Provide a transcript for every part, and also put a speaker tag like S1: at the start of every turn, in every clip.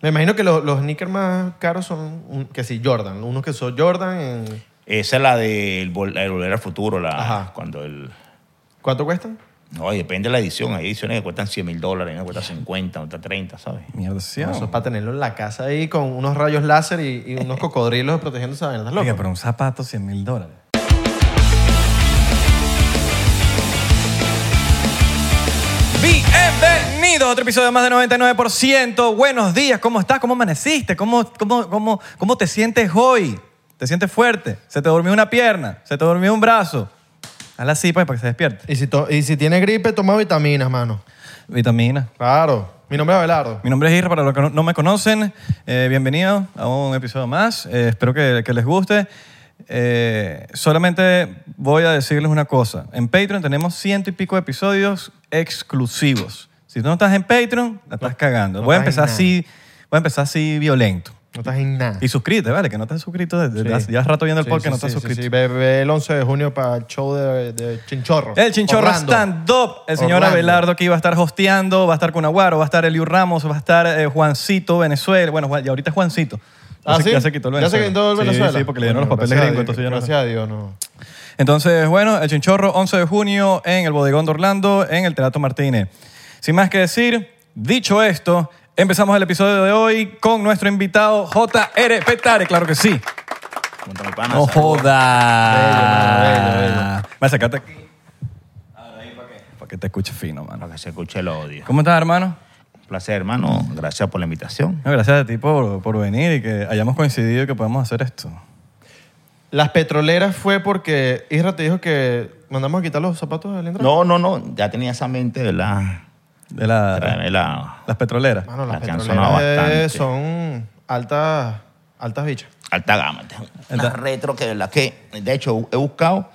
S1: Me imagino que los, los sneakers más caros son, un- que sí, Jordan. Unos que son Jordan en...
S2: Esa es la de Volver al Futuro, la,
S1: Ajá.
S2: cuando el...
S1: ¿Cuánto cuestan?
S2: No, y depende de la edición. Hay ediciones que cuestan 100 mil dólares, unas cuestan 50, otras 30, ¿sabes?
S3: Mierda, sí.
S1: Eso es
S3: ah.
S1: para tenerlo en la casa ahí con unos rayos láser y, y
S3: Eh,
S1: unos cocodrilos protegiendo esa vaina. ¿Estás loco?
S3: Oiga, pero un zapato, 100 mil dólares. Bienvenidos a otro episodio más de 99%. Buenos días, ¿cómo estás? ¿Cómo amaneciste? ¿Cómo, cómo, cómo, cómo te sientes hoy? ¿Te sientes fuerte? ¿Se te durmió una pierna? ¿Se te durmió un brazo? Haz la cipa para que se despierte.
S1: Y si, to- y si tiene gripe, toma vitaminas, mano.
S3: Vitamina.
S1: Claro. Mi nombre es Abelardo.
S3: Mi nombre es Isra, para los que no- no me conocen, eh, bienvenido a un episodio más. Eh, espero que, que les guste. Eh, solamente voy a decirles una cosa. En Patreon tenemos ciento y pico de episodios exclusivos. Si tú no estás en Patreon, la estás cagando.
S1: no
S3: voy, a
S1: estás
S3: empezar
S1: en
S3: así, voy a empezar así violento.
S1: No estás en nada.
S3: Y suscríbete, ¿vale? Que no estás suscrito desde
S1: Sí.
S3: hace- ya hace rato viendo el
S1: Sí,
S3: podcast,
S1: sí,
S3: no estás
S1: sí,
S3: suscrito.
S1: Sí, sí. Ve, ve el 11 de junio para el show de, de Chinchorro.
S3: El chinchorro
S1: Orlando.
S3: stand-up. El señor
S1: Orlando.
S3: Abelardo que iba a estar hosteando, va a estar Cunaguaro, va a estar Eliu Ramos, va a estar eh, Juancito Venezuela. Bueno, Juan- y ahorita es Juancito. Ya
S1: ¿Ah,
S3: se-
S1: sí?
S3: Ya se quitó el
S1: ¿Ya se
S3: Venezuela.
S1: quitó el
S3: Sí,
S1: Venezuela?
S3: Sí, porque le dieron
S1: Bueno,
S3: los papeles
S1: gracias a
S3: gringos,
S1: Dios,
S3: entonces ya
S1: Gracias
S3: no-
S1: a Dios, no.
S3: Entonces, bueno, El Chinchorro, 11 de junio en el Bodegón de Orlando, en el Teatro Martínez. Sin más que decir, dicho esto, empezamos el episodio de hoy con nuestro invitado J.R. Petare, claro que sí.
S2: Contra mi pana,
S3: No
S2: saludos.
S3: joda.
S1: Bello, bello, bello, bello.
S3: Me sacaste aquí. Para que te escuche fino, mano.
S2: Para que se escuche el odio.
S3: ¿Cómo estás, hermano?
S2: Un placer, hermano. Gracias por la invitación.
S3: No, gracias a ti por, por venir y que hayamos coincidido y que podamos hacer esto.
S1: Las petroleras fue porque Isra te dijo que mandamos a quitar los zapatos de la entrada.
S2: No, no, no. Ya tenía esa mente, ¿verdad?
S3: De la,
S2: Tráeme la
S3: las petroleras.
S1: Mano, las
S2: Las que han
S1: petroleras
S2: sonado
S1: eh,
S2: bastante.
S1: son altas, altas bichas.
S2: alta gama. Tengo una
S3: Alta-
S2: retro que, de verdad, que de hecho he buscado.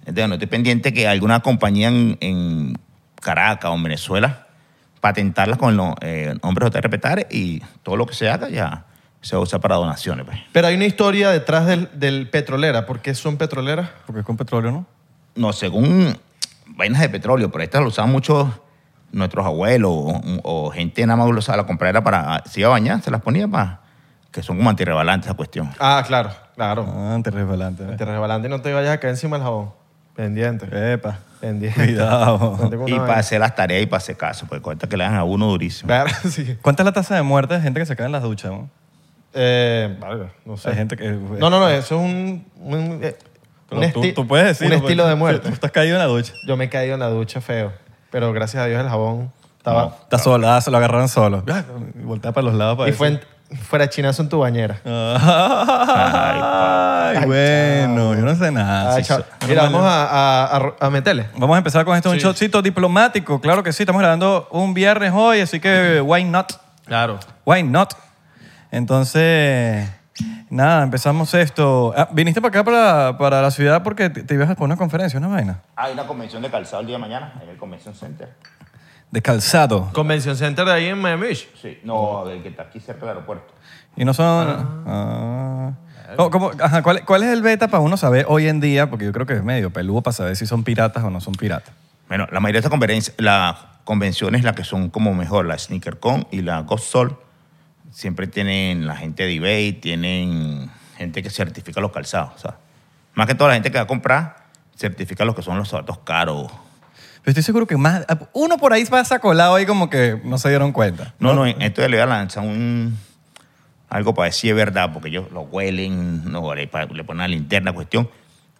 S2: Entonces, no estoy pendiente que alguna compañía en, en Caracas o en Venezuela patentarlas con los eh, nombres de respetar y todo lo que se haga ya se usa para donaciones. pues.
S1: Pero hay una historia detrás del, del petrolera. ¿Por qué son petroleras?
S3: Porque es con petróleo, ¿no?
S2: No, según vainas de petróleo, pero estas lo usaban mucho nuestros abuelos o, o gente nada más lo usaba la comprara para, si iba a bañar, se las ponía para, que son como antirrebalantes esa cuestión.
S1: Ah, claro, claro.
S3: Ah, antirresbalante.
S1: Te resbalante y no te vayas a caer encima del jabón. Pendiente.
S3: Epa.
S1: Pendiente.
S3: Cuidado.
S1: Pendiente con
S2: Y
S1: una
S2: para
S1: vaina.
S2: hacer las tareas y para hacer caso, porque cuenta que le dan a uno durísimo.
S1: Claro, sí.
S3: ¿Cuánta es la tasa de muerte de gente que se cae en las duchas? no?
S1: Eh, vale, no sé.
S3: Hay gente que... eh,
S1: No, no, no, eso es un, un, eh,
S3: Pero
S1: un
S3: tú,
S1: esti-
S3: tú puedes pues. decir...
S1: un
S3: ¿no?
S1: estilo de muerte.
S3: Tú estás caído en la ducha.
S1: Yo me he caído en la ducha feo, pero gracias a Dios el jabón
S3: No,
S1: estaba...
S3: estás solo, ah, se lo agarraron solo. Ah, Voltea para los lados para
S1: y
S3: ver
S1: fue
S3: si-
S1: en- fuera chinazo en tu bañera.
S3: Ay, bueno, yo no sé nada.
S1: Ah,
S3: Sí,
S1: chao.
S3: so-
S1: Mira, vamos a, a, a- a meterle.
S3: Vamos a empezar con esto, un shotcito diplomático. Claro que sí, estamos grabando un viernes hoy, así que why not?
S1: Claro.
S3: Why not? Entonces, nada, empezamos esto. Ah, viniste para acá, para, para la ciudad, porque te, te ibas a poner una conferencia, una vaina.
S2: Hay una convención de calzado el día de mañana en el Convention Center.
S3: De calzado.
S1: Convención Center de ahí en Miami Beach.
S2: Sí, no, el que está aquí cerca del aeropuerto.
S3: Y no son... ah. ¿Cómo- cómo- ajá, ¿cuál, cuál es el beta para uno saber hoy en día? Porque yo creo que es medio peludo para saber si son piratas o no son piratas.
S2: Bueno, la mayoría de estas conferencias- las convenciones, las que son como mejor, la SneakerCon y la Ghost Soul, siempre tienen la gente de eBay, tienen gente que certifica los calzados. O sea, más que toda la gente que va a comprar, certifica los que son los zapatos caros.
S3: Pero estoy seguro que más... Uno por ahí pasa colado ahí como que no se dieron cuenta.
S2: No, no, entonces le voy a lanzar un, algo para decir es verdad, porque ellos lo huelen, no, le, pa- le ponen la linterna, cuestión,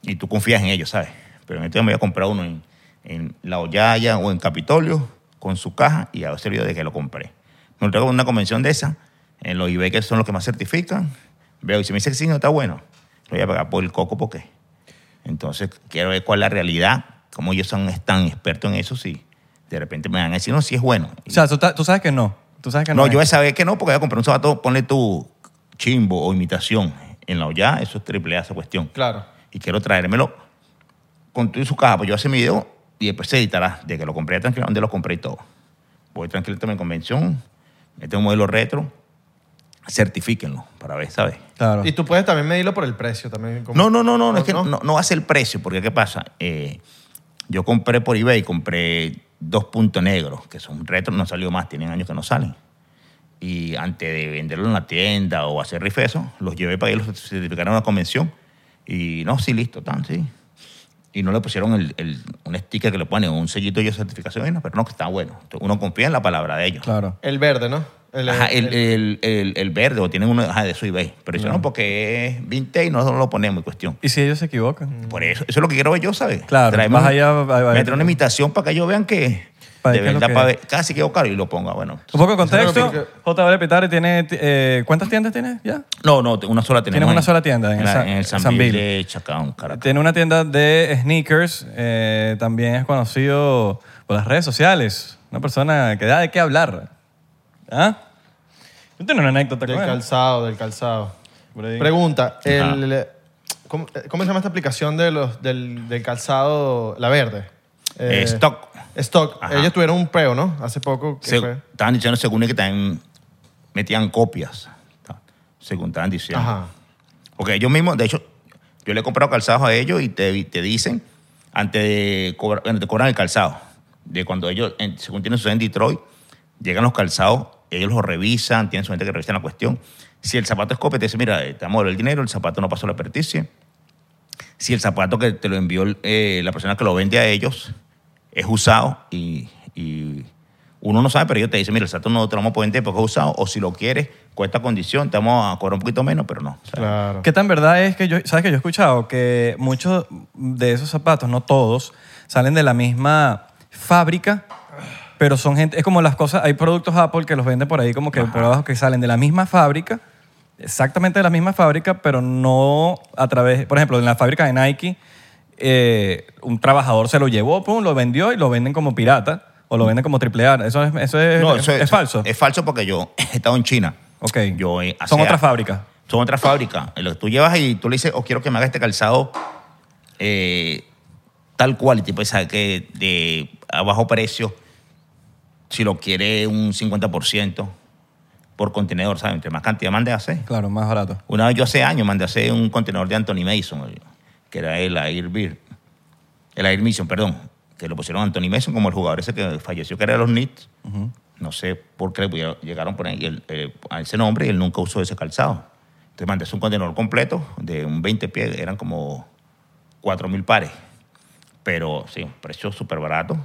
S2: y tú confías en este ellos, ¿sabes? Pero entonces me voy a comprar uno en, en La Hoyaya o en Capitolio con su caja y a ver video de que lo compré. Me lo traigo a una convención de esa, en los eBay que son los que más certifican, veo y si me dice que sí, no está bueno, lo voy a pagar por el coco porque. Entonces quiero ver cuál es la realidad, cómo ellos son tan expertos en eso, si de repente me van a decir, no, sí es bueno.
S3: O sea, tú, ta- tú sabes que no. Tú sabes que no.
S2: No,
S3: es.
S2: yo voy a saber que no, porque voy a comprar un zapato, ponle tu chimbo o imitación en la olla, eso es triple A esa cuestión.
S1: Claro.
S2: Y quiero traérmelo con tu y su caja, pues yo hace mi video y después se editará de que lo compré tranquilo, donde lo compré y todo. Voy tranquilo también en convención, este es un modelo retro, certifíquenlo para ver, ¿sabes?
S3: Claro.
S1: Y tú puedes también medirlo por el precio también. como-
S2: No, no, no, no, no, es que
S1: ¿No?
S2: no, no hace el precio, porque ¿qué pasa? Eh, yo compré por eBay, compré dos puntos negros, que son retro, no salió más, tienen años que no salen. Y antes de venderlo en la tienda o hacer rifeso, los llevé para que los certificaran a una convención. Y no, sí, listo, tan, sí. Y no le pusieron el, el- un sticker que le ponen, un sellito de certificación, y no, pero no, que está bueno. Entonces, Uno confía en la palabra de ellos.
S3: Claro.
S1: El verde, ¿no? El,
S2: Ajá,
S1: el-
S2: el, el- el- el verde, o tienen uno ajá, de eso eBay. Pero eso no, porque es vintage y nosotros no lo ponemos en cuestión.
S3: ¿Y si ellos se equivocan?
S2: Por eso, eso es lo que quiero ver yo, ¿sabes?
S3: Claro, más allá, ahí va a
S2: voy a
S3: ver.
S2: traer una imitación para que ellos vean que
S3: Para
S2: de
S3: ver qué es lo
S2: verdad
S3: que
S2: para
S3: es.
S2: ver, casi quedó caro y lo ponga, bueno.
S3: Un poco de
S1: Claro,
S3: contexto.
S1: porque-
S3: JW Petare tiene. eh, ¿Cuántas tiendas tiene ya?
S2: No, no, te- una sola tenemos.
S3: Tienes una
S2: en-
S3: sola tienda en
S2: la-
S3: esa-
S2: en el San
S3: San
S2: Bill
S3: Bill.
S2: de Chacán, Caracas.
S3: Tiene una tienda de sneakers. eh, también es conocido por las redes sociales. Una persona que da de qué hablar. ¿Ah? Yo tengo una anécdota con
S1: del
S3: él.
S1: calzado, del calzado.
S3: Por ahí.
S1: Pregunta,
S2: Ajá.
S1: el- ¿cómo, cómo se llama esta aplicación de los, del, del calzado, la verde?
S2: Eh, Stock.
S1: Stock.
S2: Ajá.
S1: Ellos tuvieron un peo, ¿no? Hace poco. que
S2: Se-
S1: fue?
S2: estaban diciendo según que también metían copias. ta- Según estaban diciendo.
S1: Ajá.
S2: Porque ellos mismos, de hecho, yo le he comprado calzados a ellos y te, te dicen, antes de cobrar, bueno, te cobran el calzado. De cuando ellos, en- según tienen su sede en Detroit, llegan los calzados, ellos los revisan, tienen su gente que revisa la cuestión. Si el zapato es copia, te dice, mira, eh, te vamos a devolver el dinero, el zapato no pasó la perticia. Si el zapato que te lo envió el- eh, la persona que lo vende a ellos es usado y, y uno no sabe, pero ellos te dicen, mira, el zapato no te lo vamos a poder vender porque es usado, o si lo quieres con esta condición, te vamos a cobrar un poquito menos, pero no. O sea,
S1: Claro.
S3: ¿Qué tan verdad es que yo, sabes que yo he escuchado que muchos de esos zapatos, no todos, salen de la misma fábrica, pero son gente, es como las cosas, hay productos Apple que los venden por ahí como que por abajo que salen de la misma fábrica, exactamente de la misma fábrica, pero no a través, por ejemplo, en la fábrica de Nike, eh, un trabajador se lo llevó, pum, lo vendió y lo venden como pirata o lo venden como triple A. Eso es, eso es,
S2: No,
S3: es-
S2: eso
S3: es falso.
S2: Es falso porque yo he estado en China.
S3: ok.
S2: Yo, eh,
S3: son
S2: hace-
S3: otras fábricas.
S2: Son otras fábricas. Lo que tú llevas y tú le dices, oh, quiero que me haga este calzado eh, tal cual. Y te pesa que de a bajo precio, si lo quiere un 50% por contenedor, ¿sabes? Entre más cantidad mande a hacer.
S3: Claro, más barato.
S2: Una vez yo hace años mandé a hacer un contenedor de Anthony Mason, que era el Air Beer, el Air Mission, perdón, que lo pusieron a Anthony Mason como el jugador ese que falleció, que era de los Knicks. No sé por qué le pusieron- llegaron por ahí el- eh, a ese nombre y él nunca usó ese calzado. Entonces mandé a hacer un contenedor completo de un 20 pies, eran como 4 mil pares. Pero sí, un precio súper barato.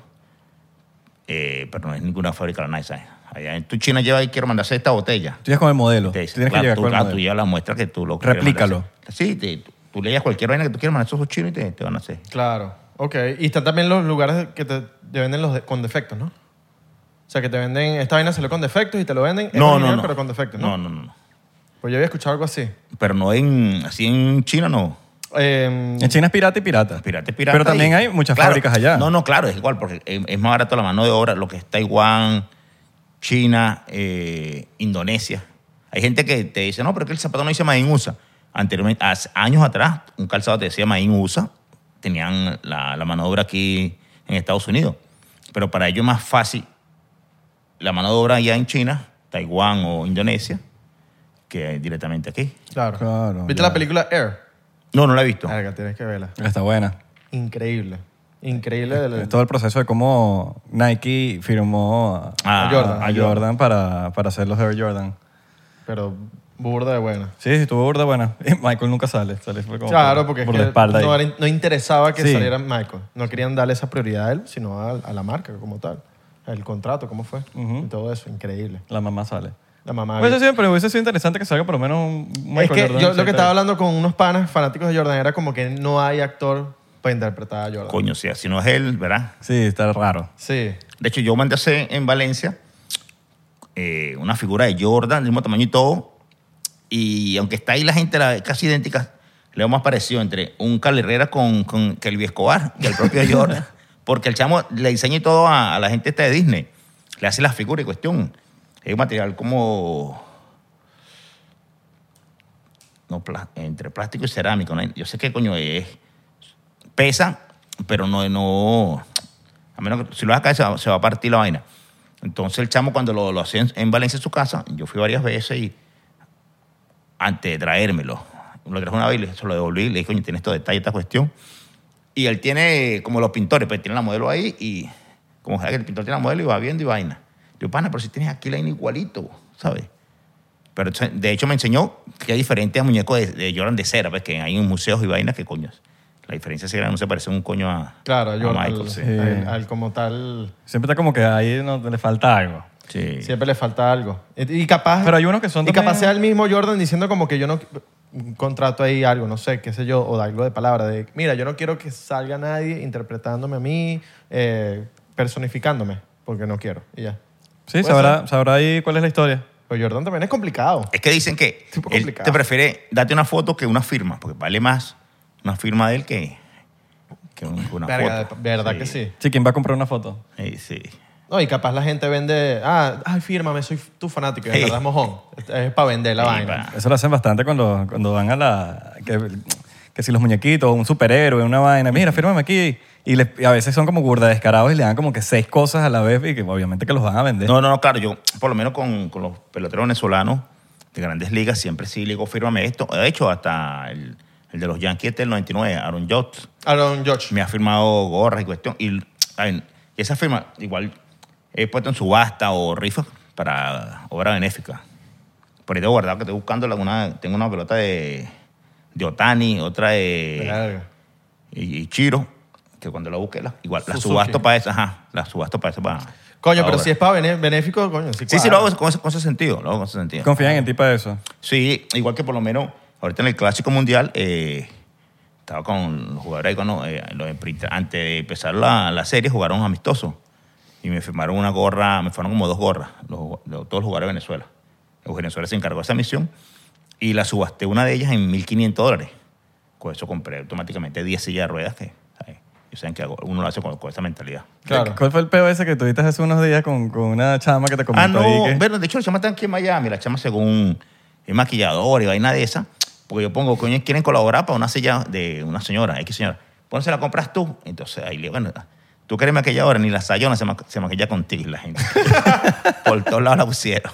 S2: Eh, pero no es ninguna fábrica de la Nike, ¿sabes? Allá en tu China lleva y quiero mandarse esta botella.
S3: Tú llegas con el modelo.
S2: Te
S3: Tú
S2: dice,
S3: tienes
S2: claro,
S3: que llegar
S2: tú,
S3: con el
S2: claro,
S3: modelo.
S2: tú llevas la muestra que tú lo quieres
S3: Replícalo.
S2: mandar a hacer. Sí, te- tú leías cualquier vaina que tú quieras mandar a esos chinos y te, te van a hacer.
S1: Claro. Ok. Y están también los lugares que te, te venden los de- con defectos, ¿no? O sea, que te venden, esta vaina se lo con defectos y te lo venden. es original, Pero con defectos, ¿no?
S2: No, no, no.
S1: Pues yo había escuchado algo así.
S2: Pero no en, así en China no.
S1: Eh,
S3: En China es pirata y pirata.
S2: Pirata es pirata.
S3: Pero también
S2: y-
S3: hay muchas
S2: Claro.
S3: fábricas allá.
S2: No, no, claro, es igual, porque es, es más barato la mano de obra, lo que es Taiwán, China, eh, Indonesia. Hay gente que te dice, no, pero es que el zapato no dice Main USA. Anteriormente, hace años atrás, un calzado te decía Main USA, tenían la, la mano de obra aquí en Estados Unidos. Pero para ellos es más fácil la mano de obra allá en China, Taiwán o Indonesia, que directamente aquí.
S1: Claro.
S3: Claro,
S1: ¿Viste
S3: ya.
S1: la película Air?
S2: No, no la he visto.
S1: Verga, tienes que verla.
S3: Está buena.
S1: Increíble. Increíble. de la-
S3: Es todo el proceso de cómo Nike firmó a,
S2: Ah,
S1: A Jordan.
S3: a Jordan para, para hacer los Air Jordan.
S1: Pero burda de buena.
S3: Sí, sí, estuvo burda buena. Y Michael nunca sale. sale fue como
S1: Claro,
S3: por-
S1: porque es
S3: por
S1: que
S3: la espalda.
S1: no,
S3: ahí.
S1: era- no interesaba que
S3: Sí.
S1: saliera Michael. No querían darle esa prioridad a él, sino a, a la marca como tal. El contrato, cómo fue. Y todo eso, increíble.
S3: La mamá sale.
S1: La mamá.
S3: Hubiese sido, pero hubiese sido interesante que salga por lo menos un Michael
S1: es que
S3: Jordan
S1: yo lo que
S3: cerca.
S1: estaba hablando con unos panas fanáticos de Jordan era como que no hay actor para interpretar a Jordan.
S2: Coño, si así no es él, ¿verdad?
S3: Sí, está raro.
S1: Sí.
S2: De hecho, yo mandé a hacer en Valencia eh, una figura de Jordan, del mismo tamaño y todo. Y aunque está ahí la gente la, es casi idéntica, le veo más parecido entre un Cal Herrera con, con Kelvin Escobar que el propio Jordan. Porque el chamo le diseña y todo a, a la gente esta de Disney. Le hace las figuras y cuestión. Es un material como... No, pla- entre plástico y cerámico. ¿no? Yo sé qué coño es. Pesa, pero no... no a menos que si lo hagas acá, se va, se va a partir la vaina. Entonces el chamo cuando lo, lo hacía en, en Valencia en su casa, yo fui varias veces y antes de traérmelo, lo traje una vez y le- se lo devolví, le dije, coño, tiene estos detalles, esta cuestión. Y él tiene, como los pintores, pues tiene la modelo ahí y como que el pintor tiene la modelo y va viendo y vaina. Yo, pana, pero si tienes aquí la vaina igualito, ¿sabes? Pero entonces, de hecho me enseñó que hay diferentes muñecos de, de Jordan de cera, pues, que hay en museos y vainas que coños. La diferencia es que no se parece un coño a,
S1: Claro,
S2: a
S1: yo al-
S2: Michael. sí.
S1: al- al como tal...
S3: Siempre está como que ahí no, le falta algo.
S2: Sí.
S1: Siempre le falta algo. Y y capaz.
S3: Pero hay unos que son
S1: Y capaz
S3: también-
S1: sea el mismo Jordan diciendo como que yo no. un Contrato ahí algo, no sé, qué sé yo, o de algo de palabra. De, mira, yo no quiero que salga nadie interpretándome a mí, eh, personificándome, porque no quiero. Y ya.
S3: Sí,
S1: Puede
S3: sabrá, sabrá ahí cuál es la historia.
S1: Pero Jordan también es complicado.
S2: Es que dicen que
S1: Tipo
S2: él
S1: complicado.
S2: te prefiere darte una foto que una firma, porque vale más una firma de él que, que un- que una
S1: Verga,
S2: foto.
S1: verdad que sí.
S3: Sí, ¿quién va a comprar una foto?
S2: Sí, sí.
S1: No, y capaz la gente vende. Ah, ay, fírmame, soy tu fanático. Y de
S2: Sí.
S1: verdad es mojón. Este, Es, para vender la
S2: Sí,
S1: vaina.
S2: pa.
S3: Eso lo hacen bastante cuando, cuando van a la... Que, que si los muñequitos, un superhéroe, una vaina, mira, fírmame aquí. Y, les- y a veces son como burda descarados y le dan como que seis cosas a la vez y que obviamente que los van a vender.
S2: No, no, no, claro, yo por lo menos con, con los peloteros venezolanos de grandes ligas siempre sí le digo, fírmame esto. De hecho, hasta el, el de los Yankees del 99, Aaron Judge,
S1: Aaron George.
S2: me ha firmado gorras y cuestión. Y ay, esa firma igual he puesto en subasta o rifa para obra benéfica. Por ahí tengo guardado que estoy buscando la- una, tengo una pelota de, de Otani, otra de
S1: Verga.
S2: y, y Chiro, que cuando la busque, la- igual la
S1: Suzuki.
S2: subasto para esa, ajá, la subasto para esa. Para,
S1: Coño,
S2: para
S1: pero
S2: obra.
S1: si es para benéfico, coño. Sí,
S2: Ah, Sí, sí,
S1: cuadra.
S2: lo hago con ese, con ese sentido, lo hago con ese sentido.
S3: Confían en ti para eso.
S2: Sí, igual que por lo menos ahorita en el Clásico Mundial eh, estaba con los jugadores, ahí, con los, eh, los emprit- antes de empezar la, la serie jugaron amistosos y me firmaron una gorra, me fueron como dos gorras, los- los- todos los jugadores de Venezuela. Los Venezuela se encargó de esa misión y la subasté una de ellas en 1.500 dólares. Con eso compré automáticamente 10 sillas de ruedas que, ¿sabes? Yo sé que uno lo hace con, con esa mentalidad.
S1: Claro.
S3: ¿Cuál fue el peo ese que tuviste hace unos días con, con una chama que te comentó
S2: Ah, no,
S3: ahí que-
S2: bueno, de hecho la chama está aquí en Miami, la chama según es maquillador y vaina de esa, porque yo pongo, coño, quieren colaborar para una silla de una señora, X señora, bueno, se la compras tú, entonces ahí le digo, bueno, tú que eres maquilladora, ni la sayona se, ma- se maquilla contigo la gente. Por todos lados la pusieron.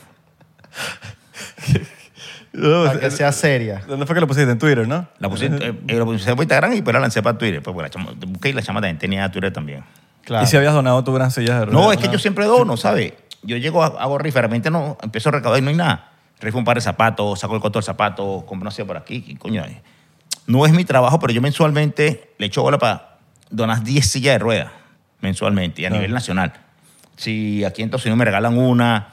S3: No,
S1: Para que sea seria.
S3: ¿Dónde fue que lo pusiste? En Twitter, ¿no?
S2: La pusieron, eh, eh, la pusieron por Instagram y después la lancé para Twitter, pues, porque la chama, busqué y la chama también tenía Twitter también.
S1: Claro.
S3: ¿Y si habías donado tú unas sillas de
S2: No,
S3: ruedas?
S2: es que yo siempre dono, ¿sabes? Yo llego, a- hago rifa, de repente no, empiezo a recaudar y no hay nada. Rifo un par de zapatos, saco el costo del zapato, compro una silla por aquí, y coño. eh. No es mi trabajo, pero yo mensualmente le echo bola para donar 10 sillas de ruedas mensualmente y a
S3: Claro.
S2: nivel nacional. Si aquí en Estados Unidos me regalan una,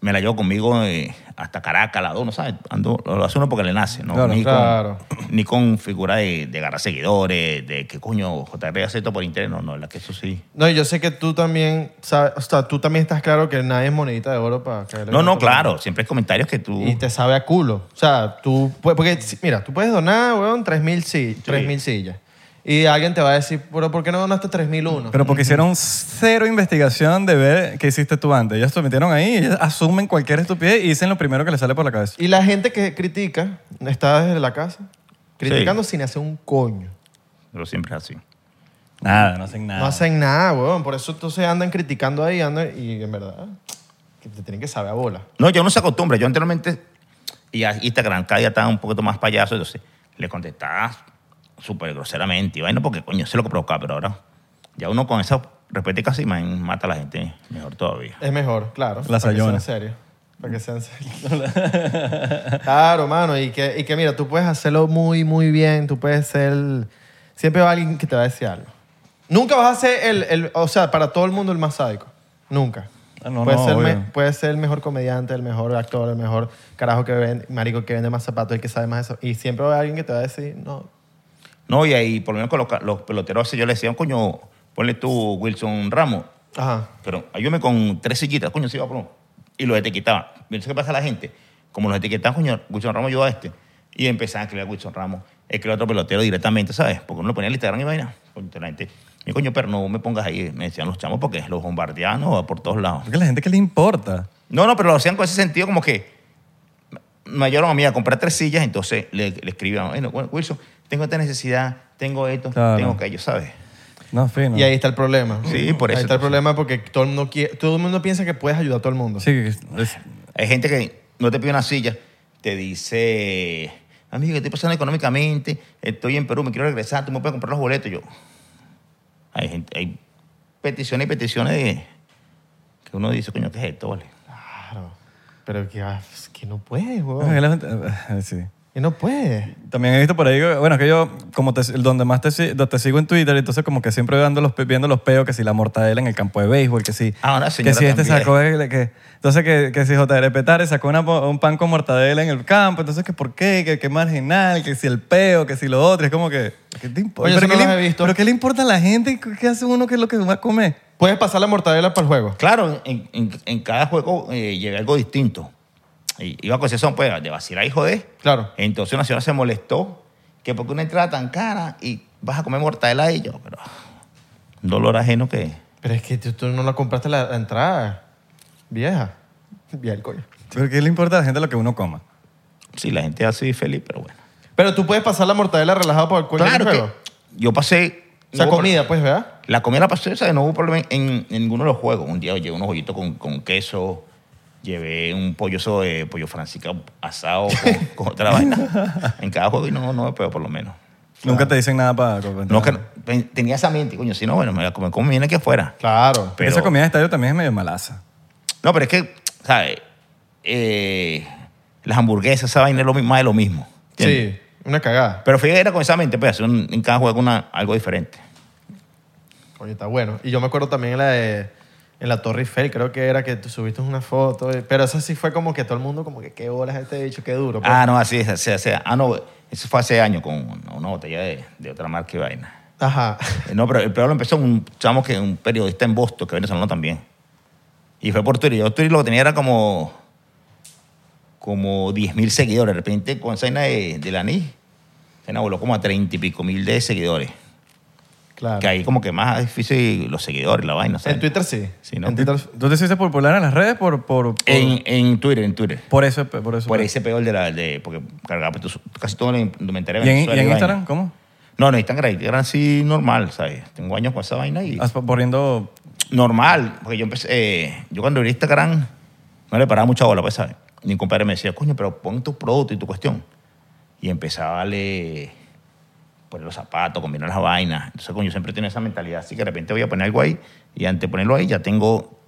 S2: me la llevo conmigo eh, hasta Caracas, la dono, ¿sabes? Ando, lo, lo hace uno porque le nace, ¿no?
S3: Claro,
S2: ni,
S1: claro.
S2: Con, ni con figura de, de agarrar seguidores, de que coño, JR hace esto por internet, no, no, la que eso sí.
S1: No, y yo sé que tú también, sabes, o sea, tú también estás claro que nadie es monedita de oro para caerle
S2: No,
S1: el
S2: no,
S1: otro.
S2: claro, siempre hay comentarios que tú...
S1: Y te sabe a culo. O sea, tú, pu- porque, si- mira, tú puedes donar, weón, 3.000 si- 3.000 sillas. Y alguien te va a decir, pero ¿por qué no donaste 3.001?
S3: Pero porque hicieron cero investigación de ver qué hiciste tú antes. Ellos te metieron ahí, ellos asumen cualquier estupidez y dicen lo primero que les sale por la cabeza.
S1: y la gente que critica está desde la casa criticando sin hacer un coño.
S2: Pero siempre es así.
S3: Nada, no hacen nada.
S1: No hacen nada, weón. Por eso entonces andan criticando ahí, andan, y en verdad, que te tienen que saber a bola.
S2: No, yo no se acostumbra. Yo anteriormente, y a Instagram cada día estaba un poquito más payaso, entonces le contestaba súper groseramente. Y vaina, porque coño, sé lo que provocaba, pero ahora ya uno con esa respetica casi man, mata a la gente mejor todavía.
S1: Es mejor, claro.
S3: La
S1: para que sean
S3: Sayona.
S1: serios. Para que sean serios. claro, mano. Y que, y que mira, tú puedes hacerlo muy, muy bien. Tú puedes ser... Siempre va alguien que te va a decir algo. Nunca vas a ser el... el- o sea, para todo el mundo el más sádico. Nunca.
S3: Ah, no,
S1: puedes,
S3: no,
S1: ser me-
S3: obvio.
S1: puedes ser el mejor comediante, el mejor actor, el mejor carajo que vende, marico que vende más zapatos, el que sabe más eso. Y siempre va a haber alguien que te va a decir, no,
S2: No, y ahí, por lo menos con los, ca- los peloteros, yo le decía, coño, ponle tú Wilson Ramos.
S1: ajá,
S2: Pero ayúdame con tres sillitas, coño, sí va por uno. Y los etiquetaban. Mira eso qué pasa a la gente. Como los etiquetaban, coño, Wilson Ramos ayudó a este. Y empezaban a escribir a Wilson Ramos, escribir a otro pelotero directamente, ¿sabes? Porque uno lo ponía en el Instagram y vaina. Coño, la gente, mi coño, pero no me pongas ahí, me decían los chamos, porque los bombardeaban ¿no? por todos lados.
S3: Porque a la gente que le importa.
S2: No, no, pero lo hacían con ese sentido como que me ayudaron a mí a comprar tres sillas, entonces le, le escribían, bueno, bueno, Wilson, tengo esta necesidad, tengo esto,
S3: Claro.
S2: tengo aquello, ¿sabes?
S3: No, fino.
S1: Y ahí está el problema.
S2: Sí, por
S1: Ahí
S2: eso,
S1: está el
S2: entonces.
S1: problema porque todo el mundo, quiere- todo el mundo piensa que puedes ayudar a todo el mundo.
S3: Sí, que es-
S2: Hay gente que no te pide una silla, te dice, amigo, ¿qué estoy pasando económicamente, estoy en Perú, me quiero regresar, tú me puedes comprar los boletos. Yo, hay gente, hay peticiones y peticiones de- que uno dice, coño, ¿qué es esto, vale?
S1: Claro. Pero que, ah, es que no puedes,
S3: Ah,
S1: weón.
S3: la gente- eh, Sí.
S1: Que no puedes.
S3: También he visto por ahí, bueno, que yo, como te, donde más te, si- te sigo en Twitter, entonces como que siempre viendo los, pe- viendo los peos, que si la mortadela en el campo de béisbol, que si,
S2: Ah, una
S3: que
S2: señora
S3: si este
S2: también.
S3: sacó, el- que, entonces que, que si JR Petare sacó una mo- un pan con mortadela en el campo, entonces que por qué, que, que marginal, que si el peo, que si lo otro, es como que, ¿qué te importa?
S1: Oye,
S3: ¿Pero,
S1: eso
S3: qué
S1: no
S3: le,
S1: los he visto.
S3: pero qué le importa a la gente? ¿Qué hace uno que es lo que va a comer?
S1: Puedes pasar la mortadela para el juego.
S2: Claro, en, en- en cada juego eh, llega algo distinto. Y iba a concesión, pues, de vacilar y joder.
S1: Claro.
S2: Entonces Nacional se molestó que porque una entrada tan cara y vas a comer mortadela y yo, pero un dolor ajeno que...
S1: Pero es que tú, tú no la compraste la, la entrada. Vieja. Vieja el coño.
S3: ¿Pero qué le importa a la gente lo que uno coma?
S2: Sí, la gente así feliz, pero bueno.
S1: Pero tú puedes pasar la mortadela relajada para el cuello
S2: Claro
S1: del
S2: que
S1: juego.
S2: yo pasé...
S1: O sea,
S2: no hubo
S1: comida, pues, ¿verdad?
S2: pro- La comida la pasé, o sea, no hubo problema en, en ninguno de los juegos. Un día llevé unos hoyitos con, con queso, llevé un pollo eso de pollo francisca asado con, con otra vaina en cada juego y no, no, pero por lo menos.
S3: Nunca te dicen nada para... para
S2: No,
S3: entrar.
S2: que pen- tenía esa mente, coño, si no, bueno, me la comí como viene aquí afuera.
S1: Claro.
S2: Pero-
S3: Esa comida de estadio también es medio malaza.
S2: No, pero es que, ¿sabes? Eh, las hamburguesas, esa vaina es lo mismo, más de lo mismo. ¿entiendes?
S1: Sí, una cagada.
S2: Pero fíjate, era con esa mente, pues, hacer un- en cada juego una, algo diferente.
S1: Oye, está bueno. Y yo me acuerdo también en la de... En la Torre Eiffel, creo que era que tú subiste una foto. eh, Pero eso sí fue como que todo el mundo como que qué bolas este bicho, qué duro. pues.
S2: Ah, no, así es, así, así. Ah, no, eso fue hace años con una, una botella de, de otra marca y vaina.
S1: Ajá.
S2: Eh, No, pero el peor lo empezó un chamo que un periodista en Boston, que es venezolano también. Y fue por Twitter. Yo Twitter lo que tenía era como, como 10.000 seguidores. De repente, con esa vaina de, de la NI, se me voló como a 30 y pico mil de seguidores.
S1: Claro.
S2: Que ahí como que más difícil los seguidores, la vaina. ¿sabes?
S1: En Twitter sí.
S2: Sí, ¿no?
S1: En Twitter
S3: ¿Tú te hiciste popular en las redes por, por, por,
S2: En, en Twitter, en Twitter.
S3: por eso? Por eso.
S2: Por ese peor de la... De, porque cargaba pues, tú- casi todo el indumentaria
S3: ¿Y en,
S2: Venezuela
S3: y en
S2: vaina.
S3: Instagram? ¿Cómo?
S2: No, no, Instagram, Instagram sí normal, ¿sabes? Tengo años con esa vaina y...
S1: Ah.
S3: Haz- Poniendo...
S2: Normal, porque yo empecé... eh, yo cuando abrí Instagram no le paraba mucha bola, pues, ¿sabes? Y un compadre me decía, coño, pero pon tu producto y tu cuestión. Y empezaba a darle... Poner los zapatos, combinar las vainas. Entonces, coño, yo siempre tenía esa mentalidad. Así que de repente voy a poner algo ahí y antes de ponerlo ahí ya tengo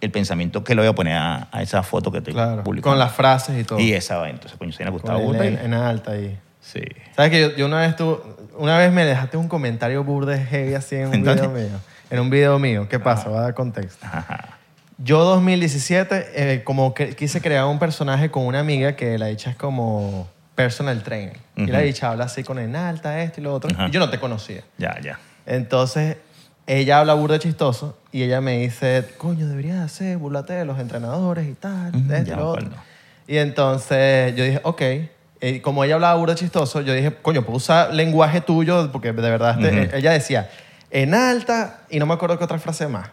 S2: el pensamiento que le voy a poner a, a esa foto que estoy
S1: Claro.
S2: este, publicando.
S1: Con las frases y todo.
S2: Y esa vaina. Entonces, coño, se me
S1: Con
S2: gustaba
S1: el-
S2: burda y-
S1: en, en alta ahí.
S2: Sí.
S1: ¿Sabes que yo, yo una vez tú, una vez me dejaste un comentario burde heavy así en un
S2: Entonces-
S1: video mío? En un video mío. ¿Qué pasa? Voy a dar contexto. Yo 2017 eh, como que quise crear un personaje con una amiga que la dicha es como personal trainer. Y la
S2: Ujú.
S1: dicha habla así con en alta, esto y lo otro.
S2: Ajá.
S1: Y yo no te conocía.
S2: Ya, ya.
S1: Entonces, ella habla burda chistoso y ella me dice, coño, deberías hacer, burlate de los entrenadores y tal,
S2: Mm,
S1: de esto y lo
S2: ya me
S1: otro".
S2: acuerdo.
S1: Y entonces yo dije, ok. Y como ella hablaba burda chistoso, yo dije, coño, puedo usar lenguaje tuyo, porque de verdad este-
S2: Ujú.
S1: ella decía, en alta, y no me acuerdo qué otra frase más.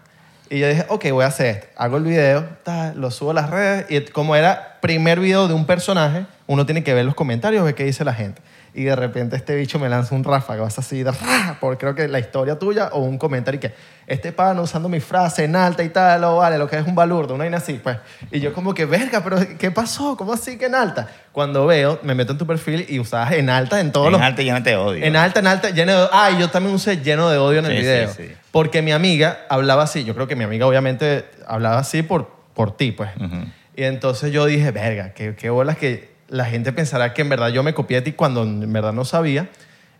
S1: Y yo dije, ok, voy a hacer esto. Hago el video, tal, lo subo a las redes, y como era primer video de un personaje, uno tiene que ver los comentarios, ver qué dice la gente. Y de repente este bicho me lanza un ráfaga, vas así, de ra, por creo que la historia tuya o un comentario que este pana usando mi frase en alta y tal, o vale, lo que es un balurdo, una vaina así, pues. Y yo como que, verga, pero ¿qué pasó? ¿Cómo así que en alta? Cuando veo, me meto en tu perfil y usabas en alta en todos
S2: en
S1: los...
S2: alta y no te odio.
S1: En alta, en alta, lleno de... Ah, y yo también usé lleno de odio en el
S2: Sí, sí,
S1: video.
S2: sí.
S1: Porque mi amiga hablaba así. Yo creo que mi amiga obviamente hablaba así por, por ti, pues.
S2: Ujú.
S1: Y entonces yo dije, verga, qué, qué bolas que la gente pensará que en verdad yo me copié a ti cuando en verdad no sabía.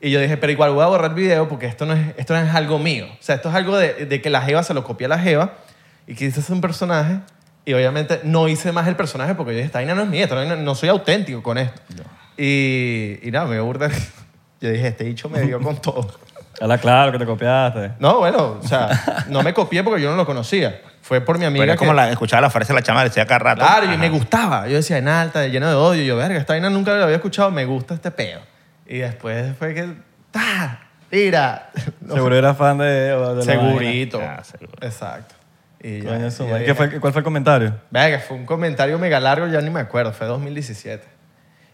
S1: Y yo dije, pero igual voy a borrar el video porque esto no es, esto no es algo mío. O sea, esto es algo de, de que la jeva se lo copia a la jeva y que es un personaje. Y obviamente no hice más el personaje porque yo dije, esta vaina no es mía, esta vaina no soy auténtico con esto. Y, y nada, me dio burda. Yo dije, este dicho me dio con todo.
S3: Hola, claro, que te copiaste.
S1: No, bueno, o sea, no me copié porque yo no lo conocía. Fue por mi amiga
S2: Pero es como
S1: que-
S2: la, escuchaba la frase de la chama, decía cada rato.
S1: Claro, y
S2: Ajá.
S1: me gustaba. Yo decía, en alta, lleno de odio. Yo, verga, esta vaina nunca la había escuchado, me gusta este pedo. Y después fue que, ¡ta! ¡Mira! No,
S3: Seguro eras fan de... de la
S1: segurito.
S2: vaina. Ah, seguro.
S1: Exacto. Y
S3: vaina.
S1: ya,
S3: Coño, eso,
S1: y
S3: madre.
S1: ya-
S3: ¿Qué fue- ¿Cuál fue el comentario?
S1: Verga, fue un comentario mega largo, ya ni me acuerdo, fue 2017.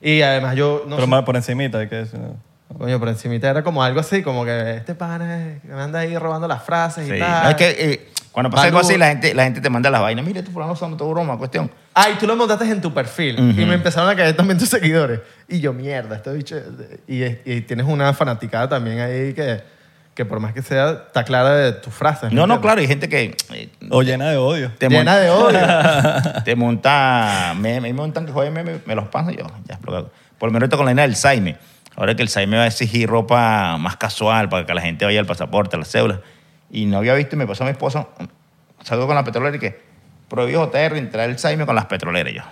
S1: Y además yo, no
S3: Pero
S1: sé-
S3: más por encimita, hay que decir, ¿no?
S1: coño, por encimita era como algo así, como que este pana es- me anda ahí robando las frases
S2: Sí.
S1: y tal.
S2: No, es que eh, cuando pasa
S1: Balú-
S2: algo así, la gente, la gente te manda las vainas. Mire, tú fulano usando todo broma, cuestión.
S1: Ay, tú lo montaste en tu perfil
S2: Ujú.
S1: y me empezaron a caer también tus este seguidores. Y yo, mierda, esto bicho. Y, y tienes una fanaticada también ahí que, que por más que sea, está clara de tus frases.
S2: No, no,
S1: ¿Entiendes?
S2: claro, hay gente que eh,
S3: O llena de odio.
S2: te,
S1: Llena
S2: mon-
S1: de odio.
S2: te monta, me, me montan que joder, me, me- me los paso y yo, ya, lo hago. Por lo menos ahorita con la vaina del Saime. Ahora que el Saime va a exigir ropa más casual para que la gente vaya al pasaporte, a las cédulas. Y no había visto, y me pasó a mi esposa, mm, salgo con la petrolera y que prohibió JR entrar el Saime con las petroleras. y Yo,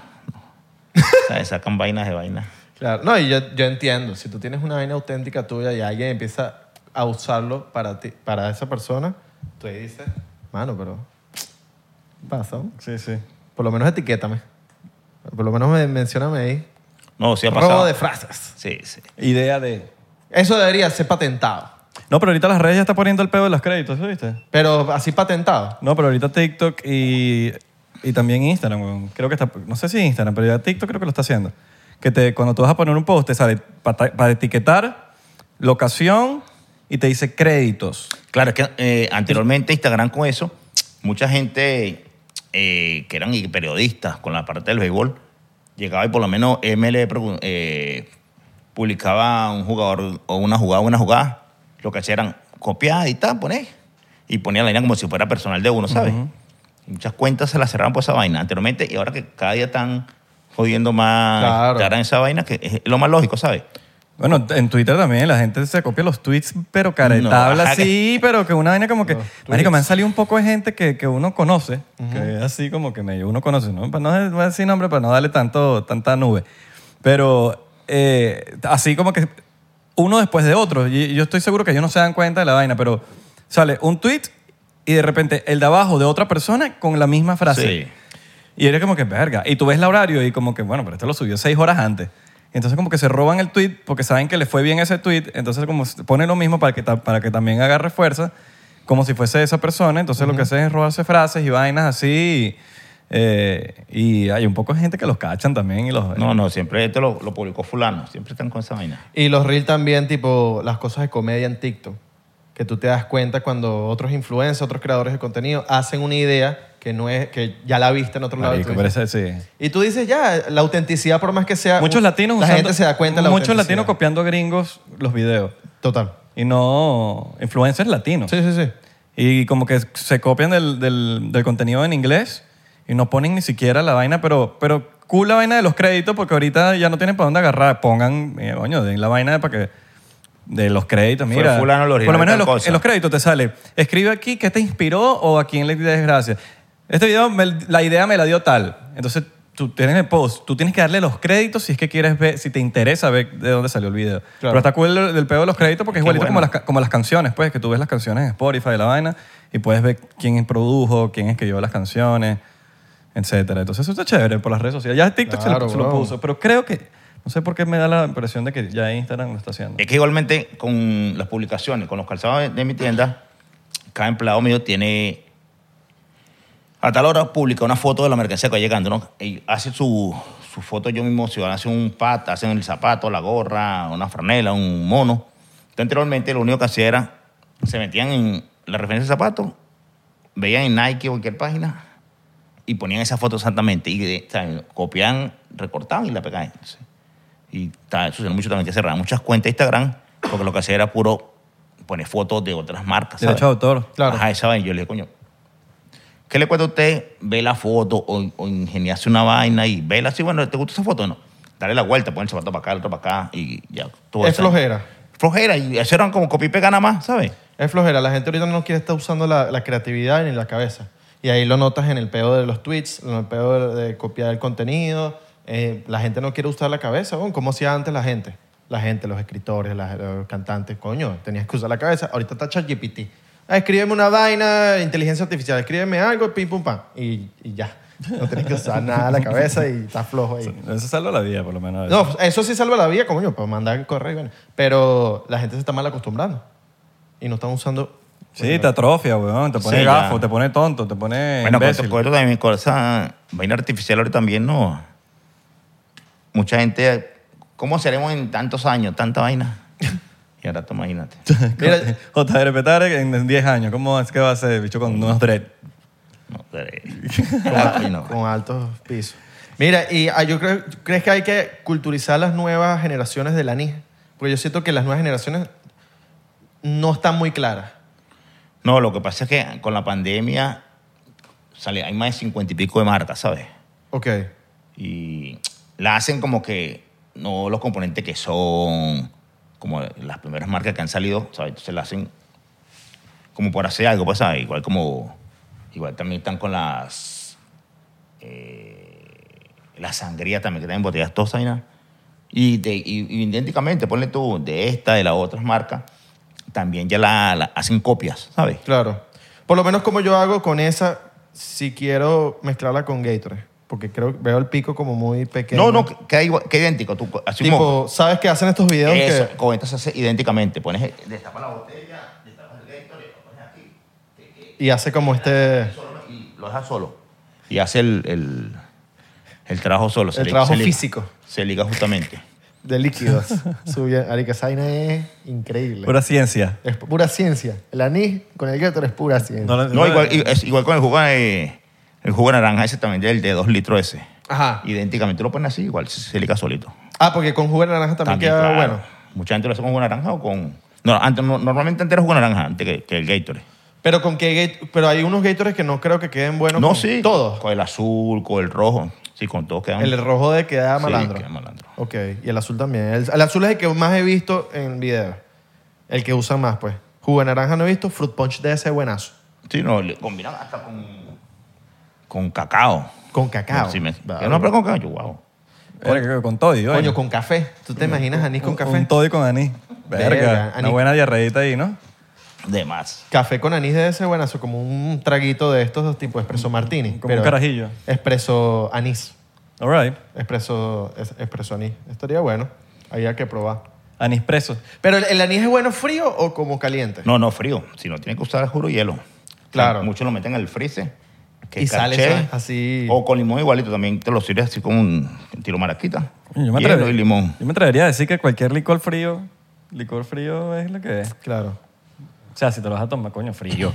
S2: O sea, sacan vainas de vainas.
S1: claro. No, y yo, yo entiendo. Si tú tienes una vaina auténtica tuya y alguien empieza a usarlo para ti, para esa persona, tú ahí dices, mano, pero ¿qué pasa? no?
S3: Sí, sí.
S1: Por lo menos etiquétame. Por lo menos me, mencióname ahí.
S2: No, sí ha
S1: Robo
S2: pasado.
S1: de frases.
S2: Sí, sí.
S3: Idea de...
S1: Eso debería ser patentado.
S3: No, pero ahorita las redes ya está poniendo el pedo de los créditos, ¿sí ¿viste?
S1: Pero así patentado.
S3: No, pero ahorita TikTok y, y también Instagram. weón. Creo que está, no sé si Instagram, pero ya TikTok creo que lo está haciendo. Que te, cuando tú vas a poner un post, te sale para, para etiquetar, locación y te dice créditos.
S2: Claro, es que eh, anteriormente Instagram con eso, mucha gente eh, que eran y periodistas con la parte del béisbol, llegaba y por lo menos ML pregun- eh, publicaba un jugador o una jugada, una jugada, lo que hacía eran copiar y tal, poner. Y ponía la vaina como si fuera personal de uno, ¿sabes? Muchas cuentas se las cerraban por esa vaina anteriormente y ahora que cada día están jodiendo más,
S1: Claro.
S2: te harán esa vaina, que es lo más lógico, ¿sabes?
S3: Bueno, en Twitter también la gente se copia los tweets, pero
S2: No,
S3: caretabla
S2: ajá,
S3: sí, pero que una vaina como que... Marico,
S1: tweets.
S3: me han salido un poco de gente que, que uno conoce, que es así como que medio uno conoce, ¿no? Para no voy a decir nombre para no darle tanto, tanta nube. Pero eh, así como que uno después de otro. Y y yo estoy seguro que ellos no se dan cuenta de la vaina, pero sale un tweet y de repente el de abajo de otra persona con la misma frase.
S2: Sí.
S3: Y eres como que, verga. Y tú ves el horario y como que, bueno, pero este lo subió seis horas antes. Entonces como que se roban el tweet porque saben que le fue bien ese tweet. Entonces como se pone lo mismo para que, ta- para que también agarre fuerza, como si fuese esa persona. Entonces lo que hacen es robarse frases y vainas así. eh, y hay un poco de gente que los cachan también y los... eh,
S2: No, no, siempre esto lo, lo publicó fulano, siempre están con esa vaina.
S1: Y los reels también, tipo las cosas de comedia en TikTok, que tú te das cuenta cuando otros influencers, otros creadores de contenido hacen una idea que no es que ya la viste en otro lado. y tú
S3: Marico, pero
S1: dices-
S3: ese- sí.
S1: Y tú dices ya la autenticidad por más que sea,
S3: Muchos
S1: un-
S3: latinos
S1: la
S3: usando-
S1: gente se da cuenta de la
S3: Muchos
S1: autenticidad.
S3: latinos copiando gringos los videos.
S1: total.
S3: Y no influencers latinos.
S1: Sí, sí, sí.
S3: Y como que se copian del, del- del contenido en inglés y no ponen ni siquiera la vaina, pero, pero cool la vaina de los créditos porque ahorita ya no tienen para dónde agarrar. Pongan, eh, coño, den la vaina para que de los créditos,
S2: Fue
S3: mira.
S2: fulano el
S3: Por
S2: original
S3: lo menos en
S2: de tal
S3: los,
S2: cosa.
S3: en los créditos te sale, escribe aquí qué te inspiró o a quién le des gracias. Este video, me- la idea me la dio tal. Entonces tú tienes el post, tú tienes que darle los créditos si es que quieres ver, si te interesa ver de dónde salió el video. Pero está cool el, el pedo de los créditos porque es
S2: Qué
S3: igualito
S2: bueno.
S3: como las, ca- como las canciones, pues, que tú ves las canciones en Spotify, la vaina, y puedes ver quién produjo, quién escribió las canciones, etcétera. Entonces eso está chévere por las redes sociales. Ya TikTok se lo-
S1: Claro,
S3: se, lo,
S1: bro.
S3: puso, pero creo que, no sé por qué me da la impresión de que ya Instagram lo está haciendo.
S2: Es que igualmente con las publicaciones, con los calzados de, de mi tienda, cada empleado mío tiene. A tal hora publica una foto de la mercancía que va llegando, ¿no? Y hace su, su foto yo mismo, si van a hacer un pat, hacen el zapato, la gorra, una franela, un mono. Entonces, anteriormente lo único que hacía era, se metían en la referencia de zapato, veían en Nike o cualquier página y ponían esa foto exactamente. Y eh, ¿saben? copiaban, recortaban y la pegaban. Entonces, y ta- sucedió mucho también que cerraban muchas cuentas de Instagram porque lo que hacía era puro poner fotos de otras marcas.
S3: Derecho de
S2: ¿sabes?
S3: autor.
S1: Claro.
S2: Ajá, esa vaina. Yo le dije, coño, ¿qué le cuesta a usted ver la foto o, o ingeniarse una vaina y verla así? Bueno, ¿te gusta esa foto o no? Dale la vuelta, pon el zapato para acá, el otro para acá y ya. todo
S1: Es
S2: eso.
S1: flojera.
S2: Flojera. Y eso eran como copia y pega nada más, ¿sabes?
S1: Es flojera. La gente ahorita no quiere estar usando la, la creatividad ni la cabeza. Y ahí lo notas en el pedo de los tweets, en el pedo de, de copiar el contenido. Eh, la gente no quiere usar la cabeza, weón, como hacía antes la gente. La gente, los escritores, las- los cantantes, coño, tenías que usar la cabeza. Ahorita está ChatGPT. Ah, escríbeme una vaina, inteligencia artificial, escríbeme algo, pim, pum, pam. Y, y ya. No tienes que usar nada la cabeza y estás flojo ahí.
S3: Eso salva la vida, por lo menos. a veces.
S1: No, eso sí salva la vida, coño, para mandar el correo. y vaina. Pero la gente se está mal acostumbrando. Y no están usando.
S3: Sí, te atrofia, weón. Te pone
S2: Sí, ya.
S3: gafo, te pone tonto, te pone
S2: Bueno, con
S3: Eh, imbécil.
S2: esto, con esto también, con esa vaina artificial ahora también, no. Mucha gente, ¿cómo seremos en tantos años, tanta vaina? Y ahora tú imagínate.
S1: Mira,
S3: JR Petare en en 10 años. ¿Cómo es que va a ser, bicho, con unos dread?
S2: No, pero- eh,
S1: con,
S2: no.
S1: con altos pisos. Mira, y ah, yo creo, ¿crees que hay que culturizar las nuevas generaciones de la NIS? Porque yo siento que las nuevas generaciones no están muy claras.
S2: No, lo que pasa es que con la pandemia sale, hay más de cincuenta y pico de marcas, ¿sabes?
S1: Ok.
S2: Y la hacen como que no los componentes que son como las primeras marcas que han salido, ¿sabes? Entonces la hacen como por hacer algo, pues, ¿sabes? Igual como, igual también están con las, eh, la sangría también, que están en botellas todas, ¿sabes? Y, de- y- y idénticamente, ponle tú, de esta, de la otras marcas, también ya la, la hacen copias, ¿sabes?
S1: Claro. Por lo menos como yo hago con esa, si quiero mezclarla con Gatorade. Porque creo, veo el pico como muy pequeño.
S2: No, no, que- queda igual- queda idéntico. Tú, así como-
S1: Tipo, ¿sabes que hacen estos videos?
S2: Eso,
S1: que-
S2: con esto se hace idénticamente. Pones, destapas la botella, destapas el Gatorade, lo pones aquí,
S1: y hace como este...
S2: solo, y lo dejas solo. Y hace el, el, el trabajo solo.
S1: El trabajo físico.
S2: Se liga justamente.
S1: de líquidos. Subiendo. Arica Zaina es increíble.
S3: Pura ciencia.
S1: Es pura ciencia. El anís con el Gatorade es pura ciencia.
S3: No la-
S2: No, igual, i- es igual con el jugo de, el jugo de naranja ese también, el de 2 litros ese.
S1: Ajá.
S2: Idénticamente, lo pones así, igual se, se liga solito.
S1: Ah, porque con jugo de naranja también, queda
S2: claro.
S1: bueno.
S2: Mucha gente lo hace con jugo de naranja o con... No, antes, no- normalmente antes era jugo de naranja, antes que, que el Gatorade.
S1: Pero con qué Gatorade- pero hay unos Gatorades que no creo que queden buenos
S2: no,
S1: con
S2: sí.
S1: todos.
S2: Con el azul, con el rojo. Sí, con todos quedan...
S1: El rojo de queda
S2: Sí,
S1: malandro.
S2: queda malandro.
S1: Ok, y el azul también. El, el azul es el que más he visto en videos. El que usan más, pues. Jugo de naranja no he visto, fruit punch de ese buenazo.
S2: Sí, no, le combinan hasta con, con cacao.
S1: Con cacao.
S2: Sí, me,
S1: Vale.
S2: yo no pero con cacao, yo, wow.
S3: Verga, con toddy, oye.
S1: Coño, con café. ¿Tú te imaginas anís con
S3: Un-
S1: café?
S3: Un toddy con anís. Verga,
S1: Verga,
S3: una
S1: anís.
S3: buena diarreíta ahí, ¿no?
S2: De más.
S1: Café con anís de ese buenazo, como un traguito de estos dos tipos, espresso martini.
S3: Como un carajillo.
S1: Espresso anís.
S3: All right.
S1: Espresso, es- espresso anís. Estaría bueno. Había que probar.
S3: Anís preso.
S1: ¿Pero el, el anís es bueno frío o como caliente?
S2: No, no, frío. Si no, tiene que usar, juro, hielo.
S1: Claro.
S2: Muchos lo meten en el freezer. Que
S1: Y sale,
S2: caché,
S1: ¿sabes? Así.
S2: O con limón igualito también. Te lo sirves así con un tiro maraquita.
S3: Yo me,
S2: hielo
S3: atrevería,
S2: y limón.
S3: yo me atrevería a decir que cualquier licor frío, licor frío es lo que es.
S1: Claro.
S3: O sea, si te lo vas a tomar, coño, frío.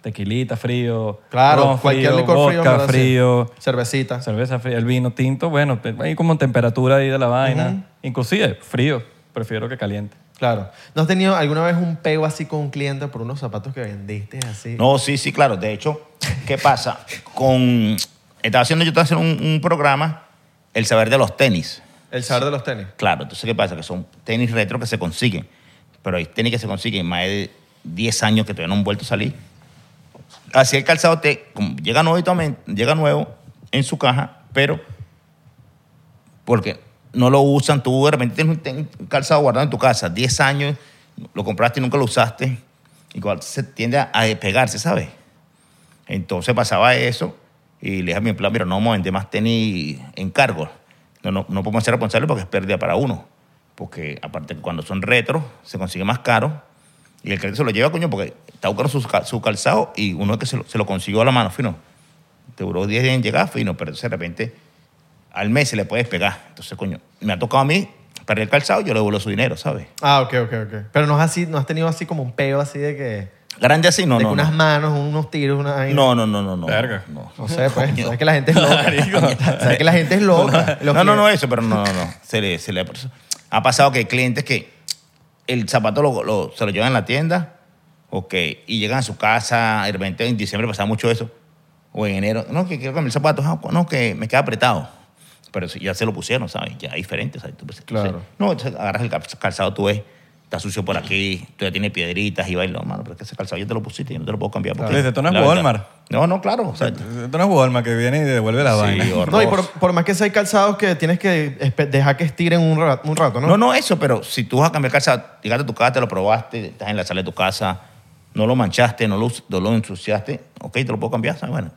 S3: Tequilita frío,
S1: Claro,
S3: ron
S1: cualquier
S3: frío,
S1: licor frío. en
S3: vodka
S1: verdad, sí.
S3: frío,
S1: Cervecita.
S3: cerveza fría, el vino tinto, bueno, te- hay como temperatura ahí de la vaina. Inclusive, frío, prefiero que caliente.
S1: Claro. ¿No has tenido alguna vez un peo así con un cliente por unos zapatos que vendiste así?
S2: No, sí, sí, claro. De hecho, ¿qué pasa? Con, estaba haciendo, yo estaba haciendo un, un programa, El Saber de los Tenis.
S1: El saber de los tenis.
S2: Claro, entonces ¿qué pasa? Que son tenis retro que se consiguen, pero hay tenis que se consiguen más de 10 años que todavía no han vuelto a salir. Así el calzado te, como llega, nuevo, y tome- llega nuevo en su caja, pero porque no lo usan, tú de repente tienes un ten- un calzado guardado en tu casa, 10 años, lo compraste y nunca lo usaste, igual se tiende a- a despegarse, ¿sabes? Entonces pasaba eso y le dije a mi empleado, mira, no vamos a vender más tenis en cargo. No, no, no podemos ser responsables porque es pérdida para uno. Porque aparte cuando son retro se consigue más caro y el cliente se lo lleva, coño, porque está buscando su, ca- su calzado y uno que se lo, se lo consiguió a la mano, fino. Te duró 10 días en llegar, fino, pero entonces de repente al mes se le puede despegar. Entonces, coño, me ha tocado a mí perder el calzado yo le devuelvo su dinero, ¿sabes?
S1: Ah, ok, ok, ok. Pero no, es así, no has tenido así como un peo así de que...
S2: Grande así, no,
S1: de que
S2: no.
S1: unas
S2: no.
S1: manos, unos tiros, una... vaina.
S2: No, no, no, no, no.
S3: Verga.
S2: No.
S1: No sé, pues. Sabes que la gente es loca. Sabes que la gente es loca. Los
S2: No, no, no
S1: clientes-
S2: eso, pero no, no, no. Se le, se le- ha pasado que hay clientes que el zapato lo- lo- se lo llevan en la tienda, ok, y llegan a su casa, de repente en diciembre pasaba mucho eso, o en enero, no, que quiero cambiar el zapato, Ah, no, que me queda apretado. Pero si ya se lo pusieron, ¿sabes? Ya es diferente, ¿sabes? Tú, pues,
S1: Claro.
S2: entonces, no, entonces agarras el cal- calzado, tú ves, está sucio por aquí, tú ya tiene piedritas y bailo, mano, pero es que ese calzado yo te lo pusiste, yo no te lo puedo cambiar. porque
S3: Claro. Esto no es
S2: la verdad-
S3: Walmart.
S2: No, no, claro. o sea,
S3: Esto no es Walmart que viene y devuelve la
S2: sí,
S3: vaina.
S1: No, y por,
S2: horroroso.
S1: por más que sea hay calzados que tienes que espe- dejar que estiren un, ra- un rato, ¿no?
S2: No, no, eso, pero si tú vas a cambiar calzado, llegaste a tu casa, te lo probaste, estás en la sala de tu casa, no lo manchaste, no lo, us- no lo ensuciaste, ok, te lo puedo cambiar, ¿sabes? Bueno,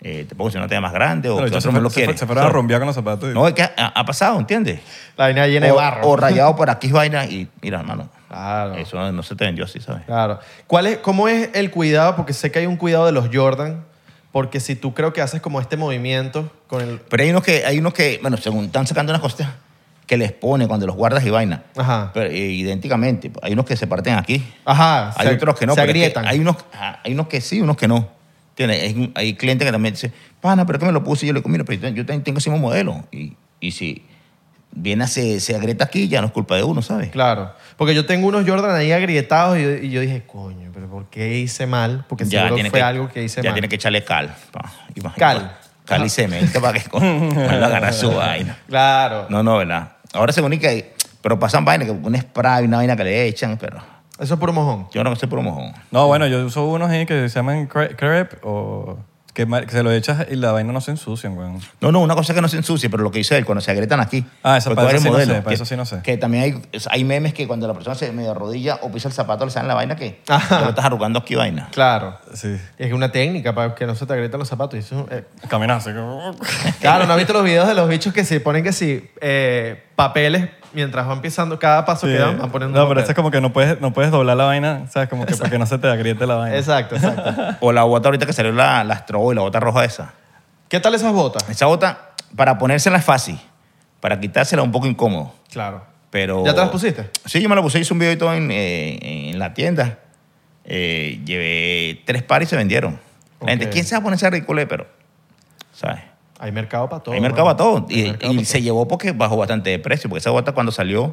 S2: eh, te pongo si no te más grande o
S3: Pero
S2: que
S3: yo
S2: otro
S3: se,
S2: me
S3: fue-
S2: lo
S3: se, fue-
S2: quiere.
S3: se fueron a rompear con los zapatos. y-
S2: No, es que ha, ha pasado, ¿entiendes?
S1: La vaina llena de
S2: o,
S1: barro.
S2: o rayado por aquí es vaina y mira, hermano,
S1: Claro.
S2: eso no, no se te vendió así, ¿sabes?
S1: Claro. ¿Cuál es, ¿Cómo es el cuidado? Porque sé que hay un cuidado de los Jordan, porque si tú creo que haces como este movimiento con el...
S2: Pero hay unos que, hay unos que bueno, según están sacando unas cosas que les pone cuando los guardas y vaina.
S1: Ajá.
S2: Pero, eh, idénticamente, hay unos que se parten aquí.
S1: Ajá.
S2: Hay
S1: se-
S2: otros que no.
S1: Se
S2: pero es que
S1: agrietan.
S2: hay, unos, ajá, hay unos que sí, unos que no. ¿Entiendes? Es un- Hay, clientes que también dicen, pana, pero ¿qué me lo puse? Y yo le digo, mira, pero yo también tengo ese mismo modelo. Y, y si viene, se, se agrieta aquí, ya no es culpa de uno, ¿sabes?
S1: Claro. Porque yo tengo unos Jordan ahí agrietados y yo, y yo dije, coño, pero ¿por qué hice mal? Porque seguro fue algo que hice
S2: ya
S1: mal.
S2: tiene que echarle cal. pa, imagínate.
S1: Cal.
S2: Cal y cemento para que con- cuando agarrar su vaina.
S1: Claro.
S2: No, no, ¿verdad? Ahora se comunica y- pero pasan vainas, que un spray, una vaina que le echan, pero
S1: Eso es puro mojón.
S2: yo no sé por mojón.
S3: No, bueno, yo uso unos ahí que se llaman cre- crepe o que, ma- que se lo echas y la vaina no se ensucian, weón.
S2: No, no, una cosa es que no se ensucie, pero lo que dice él, cuando se agrietan aquí.
S3: Ah, esa-
S2: porque
S3: para
S2: tú eres
S3: eso sí no
S2: modelo,
S3: sé, para
S2: que-
S3: eso sí no sé.
S2: Que también hay, hay memes que cuando la persona se medio arrodilla o pisa el zapato, le salen la vaina que
S1: Ajá.
S2: te lo estás arrugando aquí vaina.
S1: Claro.
S3: Sí.
S1: Es una técnica para que no se te agrietan los zapatos. Y eso, eh,
S3: Caminas así como-
S1: Claro, ¿no has visto los videos de los bichos que se ponen que sí, eh, papeles mientras van pisando cada paso
S3: Sí.
S1: que dan, van poniendo
S3: No,
S1: un
S3: pero
S1: papel.
S3: esto es como que no puedes, no puedes doblar la vaina, ¿sabes? Como que para que no se te agriete la vaina.
S1: Exacto, exacto.
S2: O la bota ahorita que salió la, la Astroboy, la bota roja esa.
S1: ¿Qué tal esas botas?
S2: Esa bota, para ponérsela es fácil. Para quitársela es un poco incómodo.
S1: Claro.
S2: Pero...
S1: ¿Ya te las pusiste?
S2: Sí, yo me la puse. Hice un video y todo en, eh, en la tienda. Eh, llevé tres pares y se vendieron. La gente,
S1: Ok.
S2: ¿quién se va a poner esa ridícula? Pero, ¿sabes?
S1: Hay mercado para todo.
S2: Hay mercado a
S1: hermano.
S2: todo.
S1: Hay
S2: Y,
S1: mercado
S2: y
S1: pa'
S2: se
S1: todo.
S2: llevó porque bajó bastante de precio. Porque esa bota cuando salió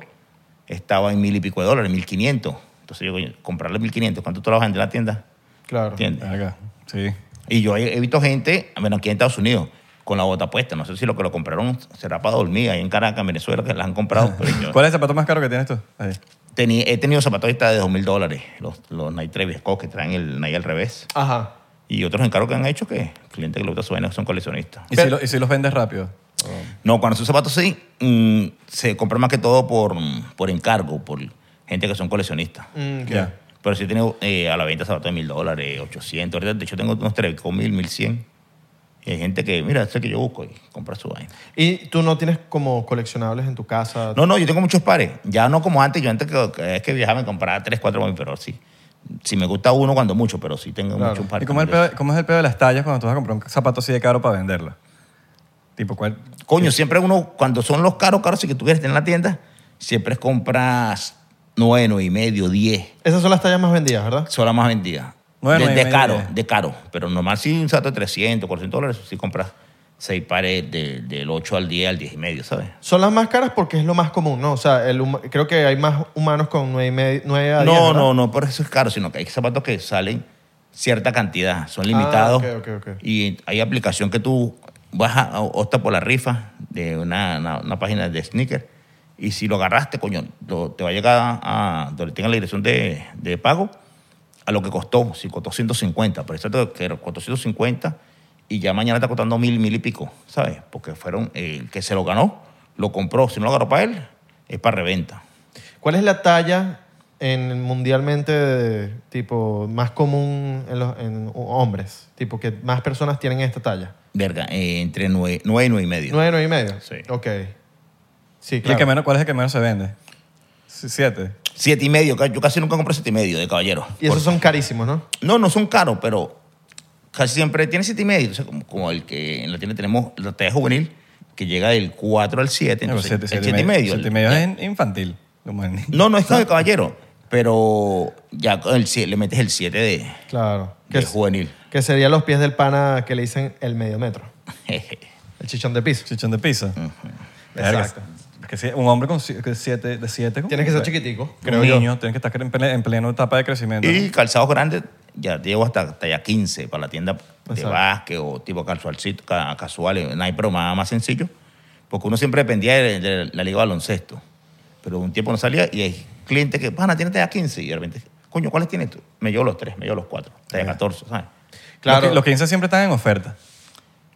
S2: estaba en mil y pico de dólares, mil quinientos. Entonces yo, coño, comprarle mil quinientos. ¿Cuánto trabajas en la tienda?
S1: Claro.
S2: ¿Entiendes?
S3: Verga, Sí.
S2: Y yo he, he visto gente, bueno, aquí en Estados Unidos, con la bota puesta. No sé si lo que lo compraron será para dormir ahí en Caracas, en Venezuela, que las han comprado. Pero yo
S3: ¿Cuál es el zapato más caro que tienes tú? Ahí.
S2: teni- he tenido zapatos ahorita de dos mil dólares, los, los Nike Travis Scott que traen el Nike al revés.
S1: Ajá.
S2: Y otros encargos que han hecho que clientes que le gusta su vaina, que son coleccionistas.
S3: ¿Y,
S1: Pero-
S3: si lo- y si los vendes rápido?
S2: No, cuando son zapatos sí, mm, se compran más que todo por, mm, por encargo, por gente que son coleccionistas.
S1: Mm, ok.
S3: Ya.
S2: Pero sí he tenido eh, a la venta zapatos de mil dólares, 800. Ahorita, de hecho, tengo unos Travis Scott mil, mil cien. Y hay gente que, mira, este que yo busco y compra su vaina.
S1: ¿Y tú no tienes como coleccionables en tu casa?
S2: No, no, yo tengo muchos pares. Ya no como antes. Yo antes que, que es que viajaba me compraba tres, cuatro mil, pero sí. Si me gusta uno, cuando mucho, pero sí tengo
S1: Claro.
S2: muchos pares.
S3: ¿Y cómo es, el
S2: Entonces,
S3: pedo, cómo es el pedo de las tallas cuando tú vas a comprar un zapato así de caro para venderlo? Tipo, ¿cuál?
S2: Coño, siempre uno, cuando son los caros, caros, y que tú quieres tener en la tienda, siempre compras nueve, nueve y medio, diez.
S1: Esas son las tallas más vendidas, ¿verdad?
S2: Son las más vendidas.
S3: Nueve,
S2: de,
S3: nueve y
S2: de
S3: medio,
S2: caro,
S3: diez.
S2: de caro. Pero normal, si un sato de 300, 400 dólares, si compras seis pares de- del 8 al 10, al 10 y medio, ¿sabes?
S1: Son las más caras porque es lo más común, ¿no? O sea, el huma- creo que hay más humanos con 9, y medio, 9 a 10.
S2: No,
S1: ¿verdad?
S2: no, no, por eso es caro, sino que hay zapatos que salen cierta cantidad, son limitados.
S1: Ah, ok, ok, ok.
S2: Y hay aplicación que tú vas a optas por la rifa de una, una- una página de sneaker y si lo agarraste, coño, lo- te va a llegar a, a donde tenga la dirección de, de pago a lo que costó, si costó 150, pero exacto que costó 150 y ya mañana está costando mil, mil y pico, ¿sabes? Porque fueron, eh, el que se lo ganó, lo compró, si no lo agarró para él, es para reventa.
S1: ¿Cuál es la talla en mundialmente de- tipo más común en los en hombres? Tipo que más personas tienen esta talla.
S2: Verga, eh, entre 9, 9 y 9 y medio.
S1: ¿Nueve, nueve y medio?
S2: Sí.
S1: Ok. Sí,
S3: ¿Y el
S1: claro.
S3: que menos, ¿Cuál es el que menos se vende? Si- Siete.
S2: 7 y medio, ca- yo casi nunca compro 7 y medio de caballero.
S1: Y esos son carísimos, ¿no?
S2: No, no son caros, pero casi siempre tiene 7 y medio. Entonces, como, como el que en la tienda tenemos la talla juvenil, que llega del 4 al 7.
S3: No,
S2: Entonces,
S3: siete,
S2: el
S3: siete
S2: 7 y medio.
S3: Siete y medio es in- infantil. como en-
S2: No, no es como de caballero, pero ya con el, sie- le metes el 7 de,
S1: Claro.
S2: de
S1: Que,
S2: juvenil.
S1: que sería los pies del pana que le dicen el medio metro. El chichón de piso.
S3: Chichón de pizza.
S2: Mm.
S3: Verga,
S1: Exacto.
S3: es que sí, un hombre con si- que siete, de siete. ¿cómo?
S1: Tienes que ser chiquitico, creo
S3: un
S1: yo.
S3: niño, tienes que estar en pleno, en pleno etapa de crecimiento.
S2: Y calzados grandes, ya llevo hasta talla 15 para la tienda de
S1: Exacto.
S2: básquet o tipo casualcito, ca- casuales, no hay pero más, más sencillo, porque uno siempre dependía de, de la liga de baloncesto. Pero un tiempo no salía y hay clientes que, pana, tienes talla 15 y de repente, coño, ¿cuáles tienes tú? Me llevo los tres, me llevo los cuatro, talla 14, ¿sabes?
S1: Claro.
S3: Los, qui- los 15 siempre están en oferta.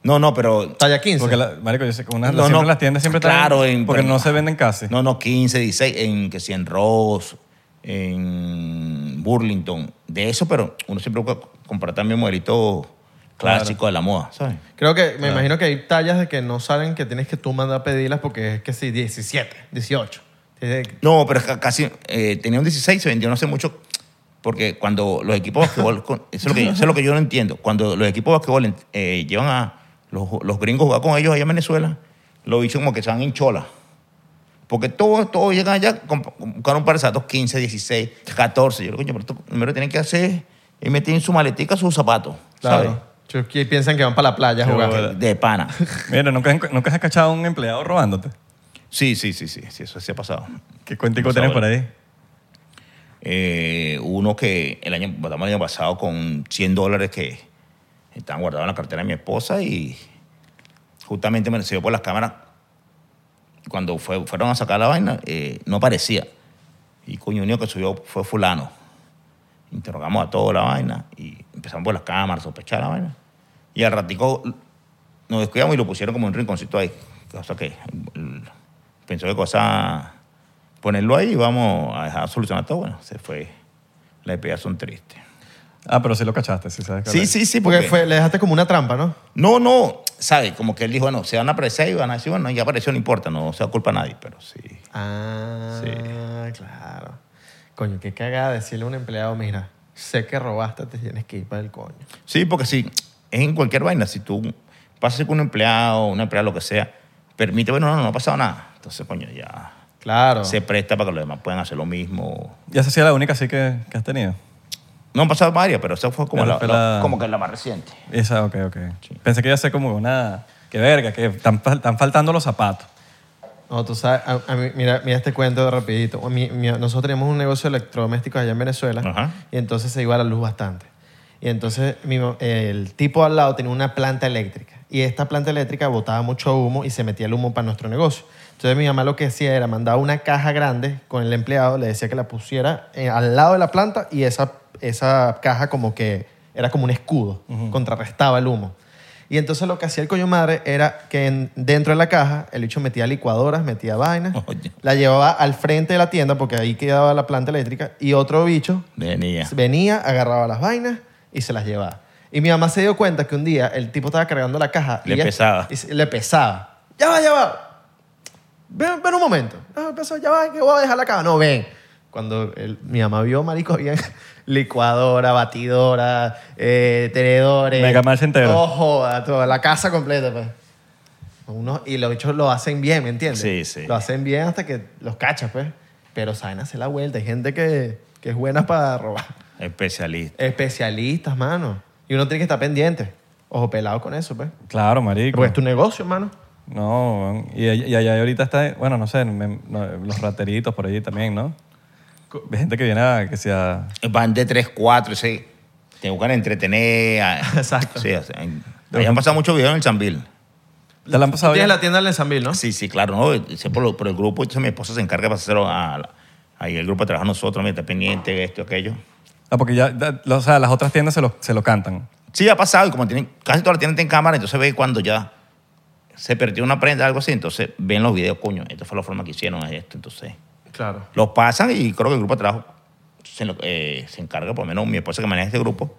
S2: No, no, pero...
S1: Talla 15.
S3: Porque, la, marico, yo sé que unas-
S2: No,
S3: siempre
S2: no.
S3: las tiendas siempre están...
S2: Claro, en-
S3: porque
S2: pero-
S3: no se venden casi.
S2: No, no, 15, 16, en que si en Ross, en Burlington, de eso, pero uno siempre busca comprar también modelitos clásicos de la moda, ¿sabes?
S1: Creo que me imagino que hay tallas de que no salen que tienes que tú mandar a pedirlas porque es que sí, 17, 18. Tienes que-
S2: No, pero ca- casi eh, tenía un 16, se vendió no sé mucho. Porque cuando los equipos de basquetbol, con- eso, es lo que, eso es lo que yo no entiendo. Cuando los equipos de basquetbol eh, llevan a los, los gringos a jugar con ellos allá en Venezuela, los bichos como que se van en chola. Porque todos todos llegan allá, comp- buscaron para zapatos 15, 16, 14. Yo digo, coño, pero esto primero tienen que hacer es meter en su maletica sus zapatos.
S1: Claro. Yo- que piensan que van para la playa a
S3: Qué
S1: jugar.
S3: bola.
S2: ¿Sabes? De pana.
S3: Mira, ¿nunca, has encu- nunca has cachado a un empleado robándote.
S2: Sí, sí, sí, sí, sí, eso se ha pasado.
S3: ¿Qué cuentico tienes por ahí?
S2: Eh, uno que el año, votamos el año pasado con 100 dólares que estaban guardados en la cartera de mi esposa y justamente me recibió por las cámaras. Cuando fue- fueron a sacar la vaina, eh, no aparecía. Y coño, el único que subió fue fulano. Interrogamos a toda la vaina y empezamos por las cámaras, sospechar la vaina. Y al ratico nos descuidamos y lo pusieron como en un rinconcito ahí. Cosa que mm, pensó que cosa ponerlo ahí y vamos a dejar solucionar todo. Bueno, se fue. Las despedidas son tristes.
S3: Ah, pero sí lo cachaste, sí sabes. que
S2: Sí,
S3: lo-
S2: sí, sí,
S1: Porque
S2: porque
S1: fue, le dejaste como una trampa, ¿no?
S2: no, no, ¿sabes? Como que él dijo, bueno, se van a aparecer y van a decir, bueno, ya apareció, no importa, no se da culpa a nadie, pero sí.
S1: Ah, claro. Coño, qué cagada decirle a un empleado, mira, sé que robaste, te tienes que ir para el coño.
S2: Sí, porque sí, es en cualquier vaina. Si tú pasas con un empleado, una empleada, lo que sea, permite, bueno, no, no, no ha pasado nada. Entonces, coño, ya
S3: Ah.
S1: Claro.
S2: se presta para que los demás puedan hacer lo mismo.
S3: Ya esa sí es la única sí que, que has tenido.
S2: No han pasado varias, pero esa fue como,
S3: Pero
S2: la-
S3: fue
S2: la-
S3: la-
S2: como que la más reciente.
S3: Esa, ok, ok. Pensé que iba a ser como una... Qué verga, que están, fal- están faltando los zapatos.
S1: No, tú sabes, a- a mí- mira, mira este cuento rapidito. Mi- mi- nosotros teníamos un negocio de electrodomésticos allá en Venezuela
S2: Ajá.
S1: y entonces se iba la luz bastante. Y entonces mi mam- el tipo al lado tenía una planta eléctrica y esta planta eléctrica botaba mucho humo y se metía el humo para nuestro negocio. Entonces mi mamá lo que hacía era mandaba una caja grande con el empleado, le decía que la pusiera eh, al lado de la planta y esa, esa caja como que era como un escudo, contrarrestaba el humo. Y entonces lo que hacía el coño madre era que en- dentro de la caja el bicho metía licuadoras, metía vainas,
S2: Oye.
S1: la llevaba al frente de la tienda porque ahí quedaba la planta eléctrica y otro bicho
S2: Venía.
S1: venía, agarraba las vainas y se las llevaba. Y mi mamá se dio cuenta que un día el tipo estaba cargando la caja. y
S2: Le
S1: ella-
S2: pesaba.
S1: y se- le pesaba. Ya va, ya va. Ven, ven un momento. Ah, pesó, ya va, que voy a dejar la caja. No, ven. Cuando el- mi mamá vio, marico, había licuadora, batidora, eh, tenedores.
S3: Mega Match entero.
S1: No joda, toda la casa completa, pues. Uno- y los bichos lo hacen bien, ¿me entiendes?
S2: Sí, sí.
S1: Lo hacen bien hasta que los cachas, pues. Pero saben hacer la vuelta. Hay gente que, que es buena para robar.
S2: Especialista.
S1: Especialistas, mano. Y uno tiene que estar pendiente. Ojo pelado con eso, pues.
S3: Claro, marico.
S1: Porque es tu negocio, mano.
S3: No, weón. y, y allá ahorita está, bueno, no sé, me- no, los rateritos por allí también, ¿no? Hay gente que viene a que sea...
S2: Van de 3, 4, sí. Te buscan entretener. a-
S1: Exacto.
S2: Sí, o sea, en- ahí han pasado muchos videos en el Chambil.
S3: ¿Te la han pasado
S1: Tienes
S3: bien?
S1: la tienda de Sambil, ¿no?
S2: Sí, sí, claro, ¿no? Sé por, lo- por el grupo, entonces mi esposa se encarga de pasarlo a, la- ahí el grupo de trabajo nosotros, mira, está pendiente, esto, aquello.
S3: Ah, porque ya, da- o sea, las otras tiendas se lo, se lo cantan.
S2: Sí, ha pasado, y como tienen, casi todas las tienen en cámara, entonces ve cuando ya se perdió una prenda, algo así, entonces ven los videos, coño, esta fue la forma que hicieron esto, entonces
S1: Claro.
S2: los pasan y creo que el grupo de trabajo se, lo- eh, se encarga, por lo menos mi esposa que maneja este grupo,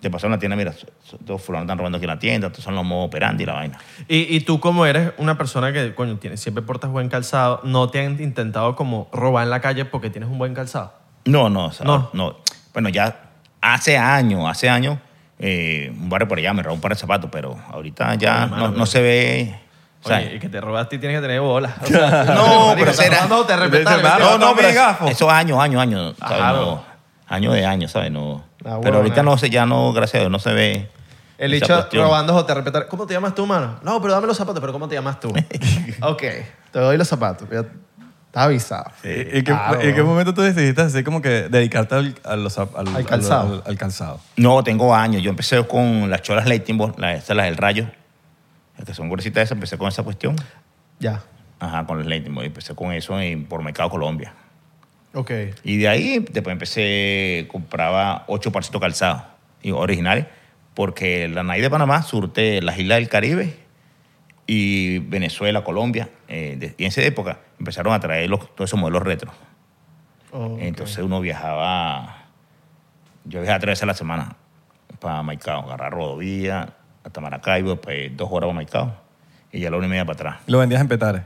S2: te pasan a la tienda, mira, so- so- todos fulanos están robando aquí en la tienda, estos son los modos operandi y la vaina.
S1: Y, y tú como eres una persona que, coño, tienes, siempre portas buen calzado, ¿no te han intentado como robar en la calle porque tienes un buen calzado?
S2: No, no, o sea,
S1: No.
S2: no. Bueno, ya hace años, hace años, eh, un barrio por allá me robó un par de zapatos, pero ahorita ya
S1: Oye, mano,
S2: no, no
S1: pero-
S2: se ve. o sea,
S1: Oye, y que te robaste y tienes que tener bolas. O sea,
S2: no, pero
S1: te
S2: será.
S1: robando, te arrepentas,
S3: Dice,
S1: ¿me
S3: "Mano,
S1: entiendes?
S2: no, no,
S3: Toma,
S2: pero
S3: gafo.
S2: eso- eso años, años, años. ¿sabes?
S1: Ajá.
S2: No, años de años, ¿sabes?
S1: Ah,
S2: No. pero
S1: bueno,
S2: ahorita
S1: nada.
S2: no sé, ya no, gracias a Dios, no se ve.
S1: El
S2: esa
S1: dicho
S2: cuestión.
S1: robando o te arrepentas. ¿Cómo te llamas tú, mano? No, pero dame los zapatos, pero ¿cómo te llamas tú? ok, te doy los zapatos. ya Estás avisado.
S3: ¿Y, y qué,
S1: Claro.
S3: y qué momento tú decidiste así como que dedicarte al, a los- al- al-
S1: calzado.
S3: al- al calzado?
S2: No, tengo años. Yo empecé con las cholas Lightning Ball, las, esas, las del rayo, las que son gruesitas esas, empecé con esa cuestión.
S1: Ya.
S2: Ajá, con las Lightning Ball. Empecé con eso en, por Mercado Colombia.
S1: Ok.
S2: Y de ahí, después empecé, compraba ocho parcitos calzados y originales, porque la NAI de Panamá surte las islas del Caribe y Venezuela, Colombia. eh, de- y en esa época empezaron a traer los, todos esos modelos retro.
S1: oh, Ok.
S2: Entonces uno viajaba, yo viajaba tres veces a la semana para Maicao, agarrar rodovía hasta Maracaibo, después dos horas para Maicao y ya la una y media para atrás.
S3: Y lo vendías en petares.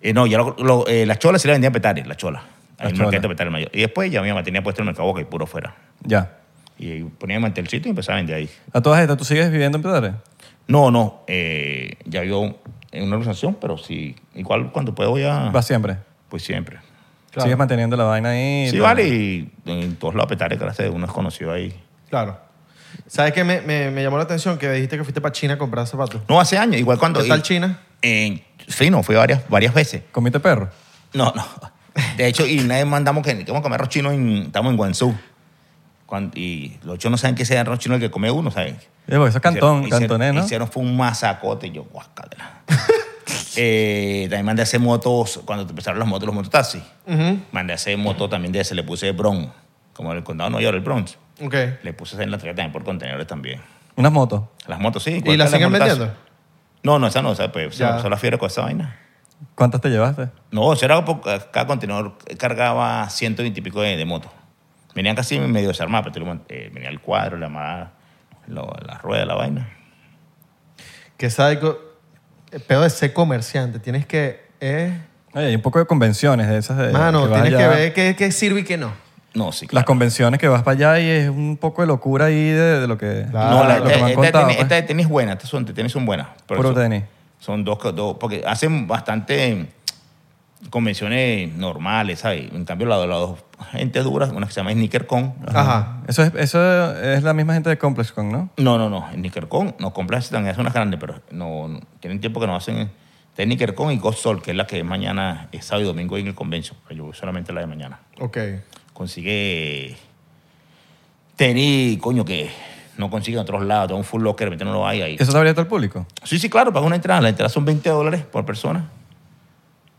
S2: Eh, no, ya lo- lo- eh, las cholas sí las vendían petares, las cholas. Ahí en
S3: Las
S2: el mercado
S3: cholas.
S2: de Petare mayor. Y después ya mi mamá tenía puesto el mercado boca y puro fuera.
S3: Ya.
S2: Y ponía el mantelcito y empezaba a vender ahí.
S3: ¿A todas estas tú sigues viviendo en petares?
S2: No, no, eh, ya vio en una organización, pero sí, igual cuando puedo ya,
S3: Vas siempre.
S2: pues siempre.
S1: Claro.
S3: Sigues manteniendo la vaina ahí.
S2: Sí,
S3: Lo-
S2: vale, y en todos lados petares, gracias a Dios, uno es conocido ahí.
S1: Claro. ¿Sabes qué me, me- me llamó la atención? Que dijiste que fuiste para China a comprar zapatos.
S2: No, hace años, igual cuando...
S1: ¿Qué tal China?
S2: En, sí, no, fui varias, varias veces.
S3: ¿Comiste perro?
S2: No, no. De hecho, y nadie mandamos que, que vamos a comer arroz chino, en, estamos en Guangzhou. Cuan- y los chinos saben que ese arroz chino es el que come uno, ¿saben?
S3: Eh, porque Eso es cantón,
S2: Hicieron-
S3: cantonés,
S2: hicieron-
S3: ¿no?
S2: Hicieron fue un masacote, y yo, guascadera. eh, también mandé a hacer motos, cuando empezaron las motos, los mototaxis. Mandé a hacer motos también de ese, le puse Bronx, como el condado de Nueva York, el Bronx.
S1: Ok.
S2: Le puse en la entrega también por contenedores también.
S3: Unas motos.
S2: Las motos, sí.
S1: ¿Y las siguen
S2: mototaxis.
S1: vendiendo?
S2: No, no, esa no, esa pues,
S1: Ya.
S2: son las fieras con esa vaina.
S3: ¿Cuántas te llevaste?
S2: No, eso era porque cada contenedor cargaba 120 y pico de, de motos. Venían casi medio desarmadas, pero tú lo mont- eh, venía el cuadro, la mala, la rueda, la vaina.
S1: Que sádico. El pedo de ser comerciante. Tienes que. eh,
S3: Oye, hay un poco de convenciones de esas. de-
S1: mano,
S3: vas
S1: tienes Eh, que
S3: allá.
S1: ver qué, qué sirve y qué no.
S2: No, sí,
S3: Las
S2: claro.
S3: convenciones que vas para allá y es un poco de locura ahí de, de lo que,
S1: Claro. eh, este
S2: no, la,
S3: lo que
S2: esta,
S3: me han
S2: esta
S3: contado.
S2: de tenis,
S3: pues.
S2: esta de tenis buena, estas son, de tenis son buenas. pero
S3: Puro
S2: son-
S3: tenis.
S2: Son dos, dos, porque hacen bastante convenciones normales, ¿sabes? En cambio, las la dos gente duras, una que se llama Sneaker Con.
S1: Ajá.
S3: Eso es, eso es la misma gente de ComplexCon, ¿no?
S2: No, no, no, Sneaker Con, no compras, también es una grande, pero no, no- tienen tiempo que no hacen está Sneaker Con y Ghost Soul, que es la que es mañana, es sábado y domingo en el convention, pero yo voy solamente a la de mañana.
S1: Ok.
S2: Consigue tenis, coño, que no consigue en otros lados, tengo un full locker, meten uno ahí, ahí.
S3: ¿Eso está abierto al público?
S2: Sí, sí, claro, pagas una entrada. La entrada son 20 dólares por persona.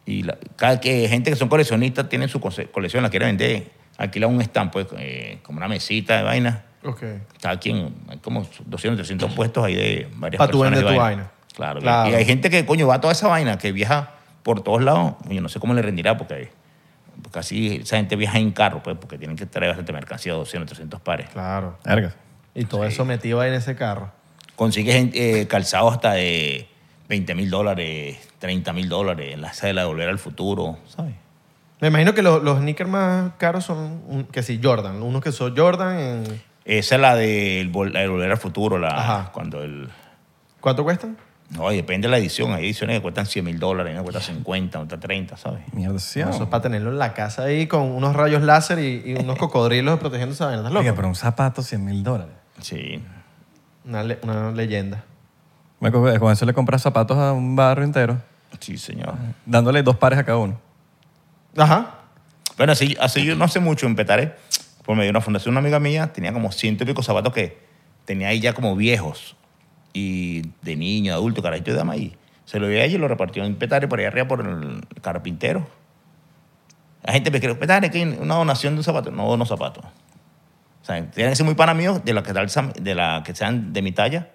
S2: Y la- cada que gente que son coleccionistas tienen su cose- colección, la quiere vender, alquila un stand, pues, eh, como una mesita de vaina.
S1: Ok.
S2: Cada quien, hay como 200, 300 puestos ahí de varias
S1: Pa' tú
S2: personas.
S1: vender
S2: de
S1: tu vaina.
S2: Claro, y-
S1: Claro.
S2: Y hay gente que, coño, va a toda esa vaina, que viaja por todos lados. Yo no sé cómo le rendirá, porque casi esa gente viaja en carro, pues, porque tienen que traer bastante mercancía, 200, 300 pares.
S1: Claro.
S3: Verga.
S1: Y todo eso metido ahí en ese carro.
S2: Consigues gente, eh, calzados hasta de 20 mil dólares, 30 mil dólares, la sala de volver al futuro, ¿sabes?
S1: Me imagino que lo- los sneakers más caros son, un- que sí, Jordan. Unos que son Jordan en...
S2: Esa es la de, volver al futuro, la,
S1: Ajá.
S2: cuando el...
S1: ¿Cuánto cuestan?
S2: No, y depende de la edición. Hay ediciones que cuestan 100 mil dólares, unas que cuestan 50, otras 30, ¿sabes?
S3: Mierda, sí.
S1: Eso es
S3: ¿no?
S1: para tenerlo en la casa ahí con unos rayos láser y, y unos cocodrilos protegiendo esa vaina. ¿Estás loco?
S3: Oiga, pero un zapato, 100 mil dólares.
S2: Sí.
S1: Una, le- una leyenda.
S3: Me co- Con eso le compras zapatos a un barrio entero,
S2: Sí, señor.
S3: dándole dos pares a cada uno.
S1: Ajá.
S2: Bueno, así, así yo no sé mucho en Petare. Por medio de una fundación, una amiga mía tenía como ciento y pico zapatos que tenía ahí ya como viejos. Y de niño, de adulto, carajito de dama. Y se lo dio a ella y lo repartió en Petare por allá arriba por el carpintero. La gente me cree, Petare, que una donación de un zapato. No dono zapatos. O sea, tienen que ser muy pana míos de la que, tal- de la que sean de mi talla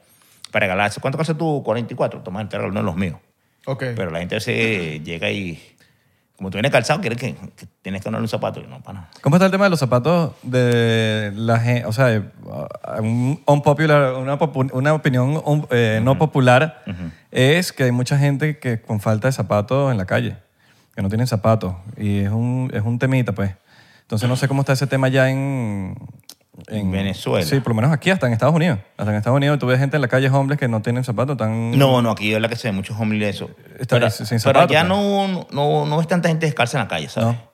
S2: para regalarse. ¿Cuánto calzas tú? 44. Toma, te regalo uno de los míos.
S1: Ok.
S2: Pero la gente se llega y. Como tú vienes calzado, quieres que, que tienes que donar un zapato. Y no, pana.
S3: ¿Cómo está el tema de los zapatos de la gente? O sea, de, uh, un unpopular- una, popu- una opinión un- eh, no popular es que hay mucha gente que con falta de zapatos en la calle, que no tienen zapatos. Y es un, es un temita, pues. Entonces no sé cómo está ese tema ya en...
S2: En Venezuela.
S3: Sí, por lo menos aquí, hasta en Estados Unidos. Hasta en Estados Unidos tú ves gente en la calle, hombres, que no tienen zapatos, tan...
S2: No, no, aquí es la que se ve muchos hombres de eso.
S3: Está
S2: pero,
S3: sin
S2: pero
S3: zapato,
S2: allá
S3: pues.
S2: no, no, no ves tanta gente descalza en la calle, ¿sabes?
S3: No.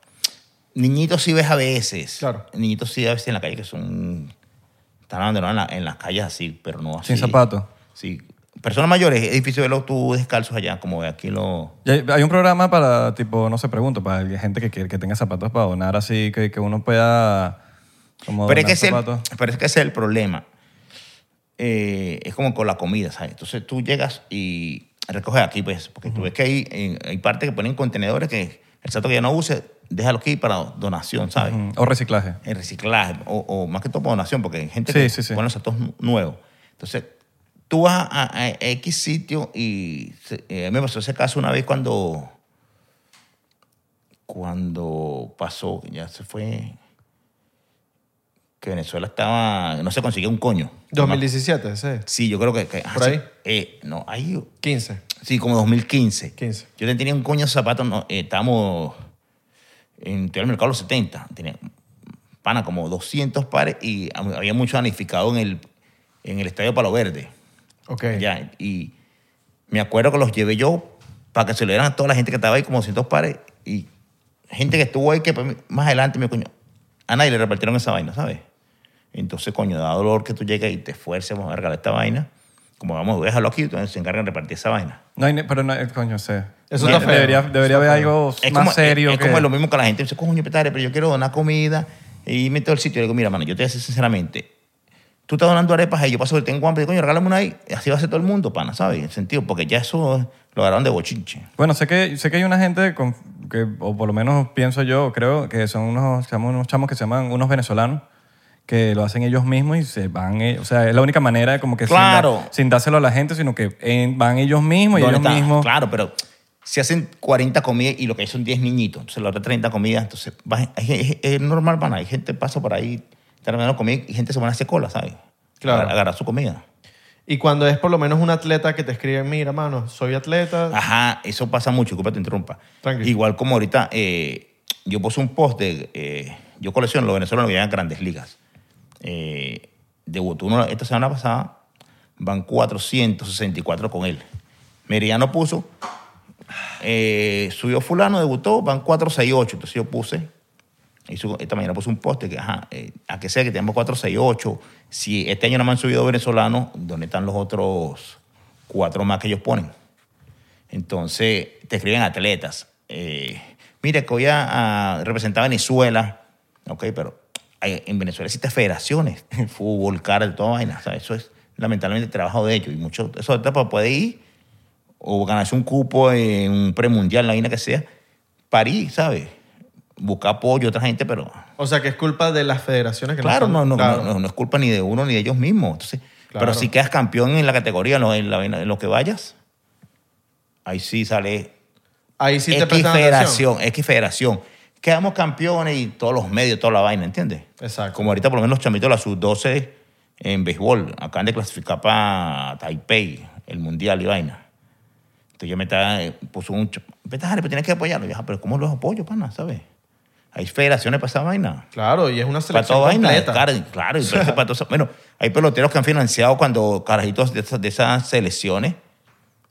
S2: Niñitos sí ves a veces.
S1: Claro.
S2: Niñitos sí a veces en la calle que son. Están abandonados en, la- en las calles así, pero no así.
S3: Sin zapatos.
S2: Sí. Personas mayores, es difícil verlos tú descalzos allá, como aquí lo.
S3: Y Hay hay un programa para, tipo, no sé, pregunto, para gente que, quiere- que tenga zapatos para donar así, que, que uno pueda como
S2: Pero es,
S3: donar
S2: que ese es
S3: zapatos.
S2: el, pero es que ese es el problema. Eh, es como con la comida, ¿sabes? Entonces tú llegas y recoges aquí, pues, porque tú ves que hay, en- hay partes que ponen contenedores que el sato que ya no use, déjalo aquí para donación, ¿sabes?
S3: Mm, O reciclaje.
S2: El reciclaje, o, o más que todo para donación, porque hay gente
S3: Sí,
S2: que
S3: sí, sí.
S2: pone los satos nu- nuevos. Entonces, tú vas a, a- a X sitio y se- eh, me pasó ese caso una vez cuando cuando pasó, ya se fue, que Venezuela estaba, no se consiguió un coño.
S1: 2017, ese.
S2: Sí, yo creo que... que-
S1: ¿Por ahí?
S2: eh, no, ahí,
S1: 15.
S2: sí, como 2015.
S1: 15.
S2: Yo tenía un coño de zapatos, no, eh, estábamos en todo el mercado de los 70, tenía pana como 200 pares y había mucho danificado en el, en el estadio Palo Verde.
S1: Ok.
S2: Ya, y me acuerdo que los llevé yo para que se lo dieran a toda la gente que estaba ahí, como 200 pares, y gente que estuvo ahí que pues, más adelante me coño. A nadie le repartieron esa vaina, ¿sabes? Entonces, coño, da dolor que tú llegues y te esfuerces, vamos a regalar esta vaina. Como vamos, déjalo aquí, entonces se encargan de repartir esa vaina.
S3: No hay, ne- pero no, hay- coño, sé.
S1: Eso
S2: está
S3: De-
S2: feo.
S3: Debería, debería haber algo
S2: Es
S3: más
S2: como,
S3: serio.
S2: es, es
S3: que...
S2: como lo mismo que la gente dice, coño, petare, pero yo quiero donar comida y meto el sitio. Y le digo, mira, mano, yo te voy a decir sinceramente, tú estás donando arepas ahí, yo paso que tengo hambre, coño, regálame una ahí. Así va a ser todo el mundo, pana, ¿sabes? En sentido, porque ya eso lo agarraron de bochinche.
S3: Bueno, sé que, sé que hay una gente con- que, o por lo menos pienso yo, creo que son unos chamos, unos chamos que se llaman unos venezolanos que lo hacen ellos mismos y se van, eh, o sea, es la única manera de como que sin
S2: Claro.
S3: da- sin, dárselo a la gente, sino que eh, van ellos mismos y
S2: ¿Dónde
S3: ellos
S2: está?
S3: mismos.
S2: Claro, pero si hacen 40 comidas y lo que hay son 10 niñitos, entonces la otra 30 comidas, entonces va- hay- es, es normal, pana, hay gente pasa por ahí, está terminando comida y gente se van a hacer cola, ¿sabes?
S1: Claro.
S2: Para agarrar su comida.
S1: Y cuando es por lo menos un atleta que te escribe, mira, mano, soy atleta.
S2: Ajá, eso pasa mucho, disculpa te interrumpa.
S1: Tranqui.
S2: Igual como ahorita, eh, yo puse un post de, eh, yo colecciono los venezolanos que llegan a grandes ligas. Eh, debutó uno esta semana pasada, van 464 con él. Meridiano puso, eh, subió fulano, debutó, van 468, entonces yo puse Hizo- esta mañana puse un poste que, ajá, eh, a que sea que tenemos 468, si este año no me han subido venezolanos, ¿dónde están los otros cuatro más que ellos ponen? Entonces, te escriben atletas. eh, mira, que voy a, a representar a Venezuela. Ok, pero hay- en Venezuela existen federaciones, fútbol, cara, toda vaina. o sea, Eso es lamentablemente el trabajo de ellos. Y muchos, eso etapa puede ir o ganarse un cupo en un premundial, la vaina que sea. París, ¿sabes? Buscar apoyo a otra gente, pero
S1: O sea, que es culpa de las federaciones que
S2: claro,
S1: son-
S2: no, no,
S1: claro.
S2: no, no, no es culpa ni de uno ni de ellos mismos. Entonces,
S1: Claro.
S2: Pero si quedas campeón en la categoría, en lo, en la vaina- en lo que vayas, ahí sí sale
S1: Ahí sí te
S2: X
S1: prestan atención.
S2: federación, X federación. Quedamos campeones y todos los medios, toda la vaina, ¿entiendes?
S1: Exacto.
S2: Como ahorita por lo menos los chamitos de la sub-12 en béisbol acaban de clasificar para Taipei, el mundial y vaina. Entonces yo me estaba, eh, puso un... ch- Vete, dale, pero tienes que apoyarlo. Y yo, "Ah, pero ¿cómo los apoyo, pana? ¿Sabes? Hay federaciones para esa vaina.
S1: Claro, y es una
S2: Para
S1: selección
S2: toda vaina.
S1: completa.
S2: Claro, y- claro. y pero eso para todo eso. bueno, hay peloteros que han financiado cuando carajitos de esas, de esas selecciones,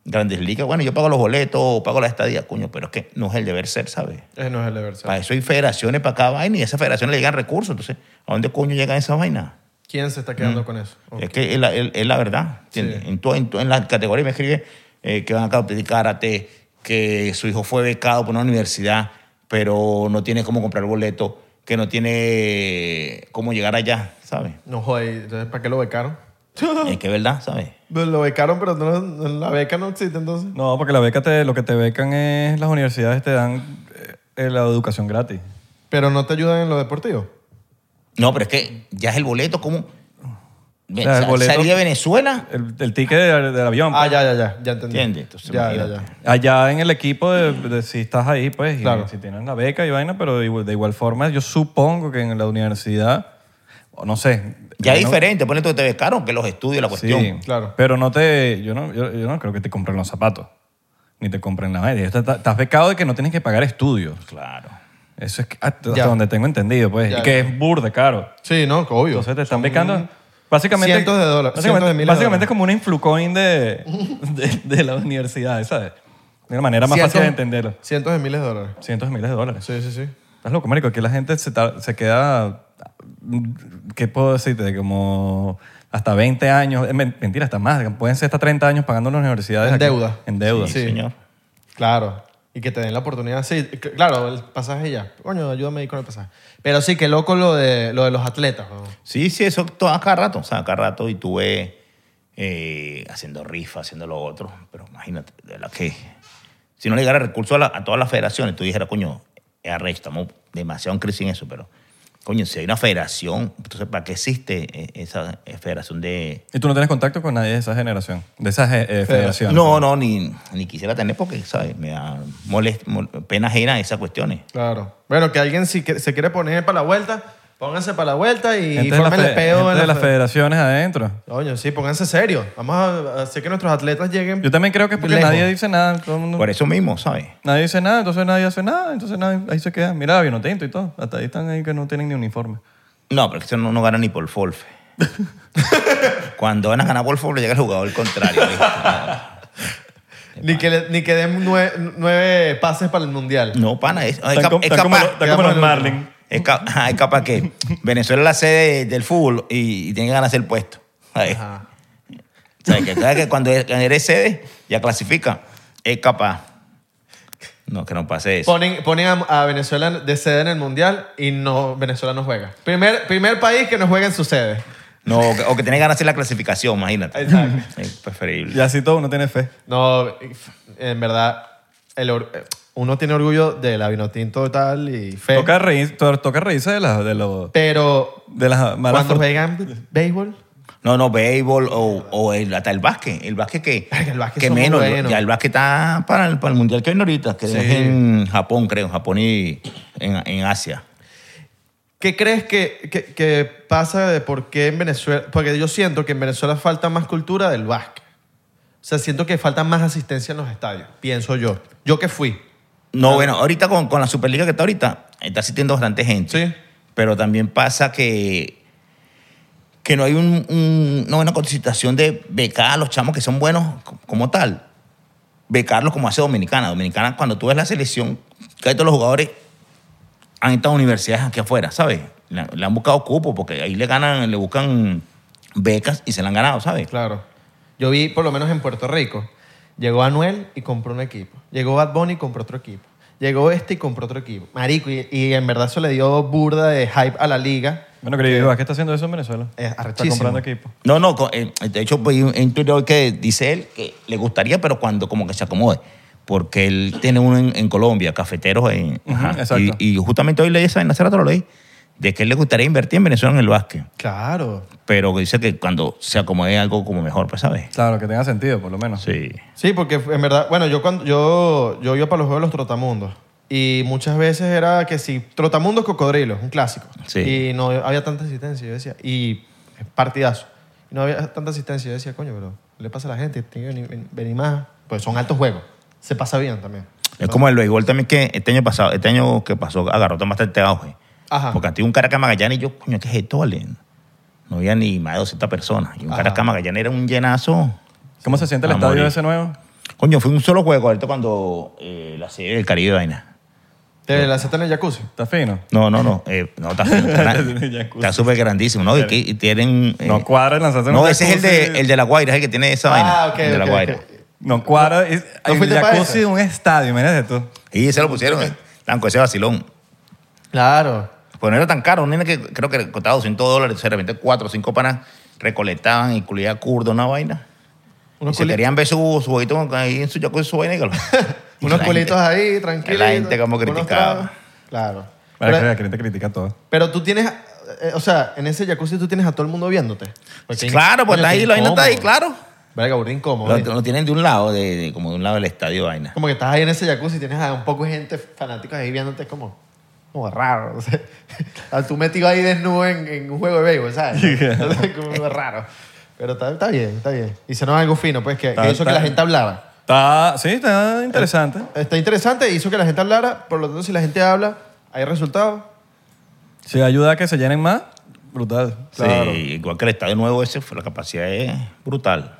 S2: grandes ligas, bueno, yo pago los boletos, pago la estadía, coño, pero es que no es el deber ser, ¿sabes?
S1: Ese Eh, no es el deber ser.
S2: Para eso hay federaciones para cada vaina y a esas federaciones le llegan recursos. Entonces, ¿a dónde coño llegan esas vainas?
S1: ¿Quién se está
S2: Mm.
S1: quedando con eso? Ok.
S2: Es que es la, es- es la verdad. ¿entiendes?
S1: Sí.
S2: En, tu- en, tu- en la categoría me escribe eh, que van a practicar karate, que su hijo fue becado por una universidad, pero no tiene cómo comprar boleto, que no tiene cómo llegar allá, ¿sabes?
S1: No joder, entonces ¿para qué lo becaron?
S2: es que es verdad, ¿sabes?
S1: Pues Lo becaron, pero no- no- la beca no existe entonces.
S3: No, porque la beca te, lo que te becan es las universidades te dan eh, la educación gratis.
S1: Pero no te ayudan en lo deportivo.
S2: No, pero es que ya es el boleto como...
S3: O sea, el
S2: Sa-
S3: boleto-
S2: Salí de Venezuela,
S3: El, el ticket del, del avión.
S1: Ah,
S3: pues.
S1: ya, ya, ya. Ya entendí.
S2: ¿Entiendes? Entonces,
S1: ya, ya,
S2: imagínate.
S1: ya.
S3: Allá en el equipo, de, de si estás ahí, pues, y
S1: Claro.
S3: si tienes la beca y vaina, pero de igual, de igual forma, yo supongo que en la universidad, o no sé.
S2: ya es
S3: no-
S2: diferente. Ponle tú que te becaron, que los estudios, la
S3: Sí,
S2: cuestión.
S1: claro.
S3: Pero no te. Yo no, yo, yo no creo que te compren los zapatos, ni te compren la vaina. Estás, estás becado de que no tienes que pagar estudios.
S2: Claro.
S3: Eso es que- hasta,
S1: Ya.
S3: hasta donde tengo entendido, pues.
S1: Ya,
S3: y que
S1: ya.
S3: es burda caro.
S1: Sí, no, obvio.
S3: Entonces te están becando. Básicamente,
S1: cientos de dólares,
S3: Básicamente,
S1: cientos de miles de dólares.
S3: básicamente es como una influcoin de, de, de las universidades, ¿sabes? De una manera más
S1: Cientos-
S3: fácil de entenderlo.
S1: Cientos de miles de dólares.
S3: Cientos de miles de dólares.
S1: Sí, sí, sí.
S3: Estás loco, marico. Aquí la gente se, tar- se queda, ¿qué puedo decirte? Como hasta 20 años. eh, men- Mentira, hasta más. Pueden ser hasta 30 años pagando las universidades.
S1: En
S3: aquí.
S1: deuda.
S3: En deuda.
S2: Sí,
S1: Sí.
S2: señor.
S1: Claro. Y que te den la oportunidad. Sí, c- claro, el pasaje ya. Coño, ayúdame ahí con el pasaje. Pero sí, qué loco lo de, lo de los atletas. ¿no?
S2: Sí, sí, eso todo a cada rato. O sea, a cada rato y tú ves eh, haciendo rifa, haciendo lo otro. Pero imagínate, de verdad que si no le llegara recursos a, la- a todas las federaciones, tú dijeras, coño, es arrecho, estamos demasiado en crisis en eso, pero coño, si hay una federación, entonces ¿para qué existe eh, esa eh, federación de...?
S3: Y tú no tienes contacto con nadie de esa generación, de esas eh, eh, federaciones.
S2: No, no, ni, ni quisiera tener porque, ¿sabes? Me da molest, mol- pena ajena esas cuestiones.
S1: Claro. Bueno, que alguien si que- se quiere poner para la vuelta, pónganse para la vuelta y
S3: Gente de, la
S1: formen el
S3: fe-
S1: peo
S3: gente
S1: en
S3: de
S1: la
S3: las
S1: fe-
S3: federaciones adentro.
S1: Coño, sí, pónganse serio. Vamos a hacer que nuestros atletas lleguen.
S3: Yo también creo que es porque
S1: lejos.
S3: nadie dice nada. todo el mundo-
S2: Por eso mismo, ¿sabes?
S3: Nadie dice nada, entonces nadie hace nada, entonces nadie, ahí se queda. Mira, vino tinto y todo. Hasta ahí están ahí que no tienen ni uniforme.
S2: No, pero es que eso no, no gana ni por forfe. Cuando van a ganar por forfe, llega el jugador contrario. ¿viste?
S1: Ni que, le- ni que den nue- nueve pases para el mundial.
S2: No, pana, es, es
S3: Están
S2: cap-
S3: com-
S2: es
S3: están como
S2: capaz.
S3: los- están como
S1: Quedamos
S3: los
S1: en el
S3: Marlin.
S2: Es, ca- ajá, es capaz que Venezuela es la sede del fútbol y, y tiene que ganarse el puesto. ¿sabes?
S1: Ajá.
S2: ¿Sabes que, sabes que cuando eres- eres sede, ya clasifica. Es capaz. No, que no pase eso.
S1: Ponen, ponen a, a Venezuela de sede en el mundial y no, Venezuela no juega. Primer, primer país que no juega en su sede.
S2: No, o que, o que tiene que ganarse la clasificación, imagínate.
S1: Exacto.
S2: Es preferible.
S3: Y así todo uno tiene fe.
S1: No, en verdad, el or- eh, uno tiene orgullo de la Vinotinto y tal y fe.
S3: Toca, reír- to- toca reírse de, las- de, lo-
S1: Pero
S3: de las malas
S1: cuando
S3: fortunas.
S1: juegan béisbol,
S2: No, no, béisbol o, o el- hasta el básquet. El básquet que,
S1: Verga, el básquet
S2: que
S1: somos
S2: menos.
S1: buenos.
S2: Ya el básquet está para el, para el mundial que viene ahorita, que
S1: Sí.
S2: es en Japón, creo, en Japón y en, en Asia.
S1: ¿qué crees que, que- que pasa de por qué en Venezuela? Porque yo siento que en Venezuela falta más cultura del básquet. O sea, siento que falta más asistencia en los estadios, pienso yo. Yo que fui.
S2: No, bueno, ahorita con, con la Superliga que está ahorita, está asistiendo bastante gente.
S1: Sí.
S2: Pero también pasa que, que no hay un, un- no hay una constitución de becar a los chamos que son buenos co- como tal. Becarlos como hace Dominicana. Dominicana, cuando tú ves la selección, casi todos los jugadores han estado en universidades aquí afuera, ¿sabes? Le, le han buscado cupo porque ahí le ganan, le buscan becas y se la han ganado, ¿sabes?
S1: Claro. Yo vi, por lo menos en Puerto Rico, llegó Anuel y compró un equipo. Llegó Bad Bunny y compró otro equipo. Llegó este y compró otro equipo. Marico, y, y en verdad eso le dio burda de hype a la liga.
S3: Bueno, querido, ¿qué está haciendo eso en Venezuela?
S2: Eh,
S1: Es
S3: está
S1: arrechísimo.
S3: comprando equipo.
S2: No, no, co- eh, de hecho vi un- en Twitter hoy que dice él que le gustaría, pero cuando como que se acomode. Porque él tiene uno en, en Colombia, cafeteros en...
S3: Ujú,
S2: ajá.
S3: exacto.
S2: Y, y justamente hoy leí esa, en hace rato lo leí, de que él le gustaría invertir en Venezuela en el básquet.
S1: Claro.
S2: Pero dice que cuando se acomode algo como mejor, pues, ¿sabes?
S3: Claro, que tenga sentido, por lo menos.
S2: Sí.
S1: Sí, porque en verdad, bueno, yo cuando yo, yo iba para los juegos de los trotamundos y muchas veces era que si trotamundos cocodrilos, un clásico.
S2: Sí.
S1: Y no había tanta asistencia, yo decía, y partidazo. Y no había tanta asistencia, yo decía, coño, pero ¿qué le pasa a la gente, tiene que venir, venir- venir más, pues son altos juegos. Se pasa bien también.
S2: Es como el béisbol también que este año pasado, este año que pasó, agarró bastante auge.
S1: Ajá.
S2: Porque antes iba un Caracas Magallanes y yo, coño, ¿qué es esto, vale? No había ni más de 200 personas. Y un
S1: Ajá.
S2: Caracas Magallanes era un llenazo.
S3: ¿Cómo se siente el
S2: A
S3: estadio
S2: morir.
S3: ese nuevo?
S2: Coño, fue un solo juego ahorita cuando eh, la serie del Caribe vaina.
S1: ¿Te la en el jacuzzi?
S3: ¿Está fino?
S2: No, no, no. eh, no, está fino, está gran- está súper grandísimo, ¿no? Y, que- y tienen. eh,
S3: No cuadra el lanzamiento.
S2: no, ese es el de, el de La Guaira, es el que tiene esa vaina.
S1: Ah, ok,
S2: el de La
S1: ok,
S2: Guaira.
S1: ok.
S3: No cuadra. es-
S1: ¿No
S3: el
S1: fuiste pa'
S3: jacuzzi
S1: ese?
S3: de un estadio, imagínate tú.
S2: Y se lo pusieron, eh, tan con ese vacilón.
S1: Claro.
S2: Pues no era tan caro, un nene que creo que costaba 200 dólares, de repente cuatro o cinco panas recolectaban, incluía kurdo, una vaina. Y
S1: Unos,
S2: se
S1: culi-
S2: querían ver su, su juguito con- ahí en su jacuzzi, su vaina. y que lo-
S1: unos
S2: La
S1: culitos
S2: gente-
S1: ahí, tranquilos.
S2: La gente como
S1: unos
S2: criticaba.
S1: tragos. Claro.
S3: Para que
S1: Pero,
S3: la gente critica todo.
S1: pero tú tienes, eh, o sea, en ese jacuzzi tú tienes a todo el mundo viéndote. Porque-
S2: Claro, pues
S1: coño,
S2: está
S1: qué
S2: ahí, la vaina está ahí,
S1: incómodo.
S2: claro.
S1: Verga, burda incómodo.
S2: Lo,
S1: ¿viste?
S2: lo tienen de un lado, de, de- como de un lado del estadio vaina.
S1: Como que estás ahí en ese jacuzzi y tienes a un poco de gente fanática ahí viéndote como, como raro. no sé. Ah, tú metido ahí desnudo en, en un juego de béisbol, ¿sabes? Entonces, como raro. Pero está, está bien, está bien. Hicieron algo fino, pues, que, que
S3: Está-
S1: hizo que
S3: está-
S1: la gente hablara.
S3: Está, sí, está interesante.
S1: Está interesante, hizo que la gente hablara, por lo tanto, si la gente habla, hay resultados.
S3: Si ayuda a que se llenen más, brutal.
S1: Claro.
S2: Sí, igual que el estadio nuevo ese, fue- la capacidad es brutal.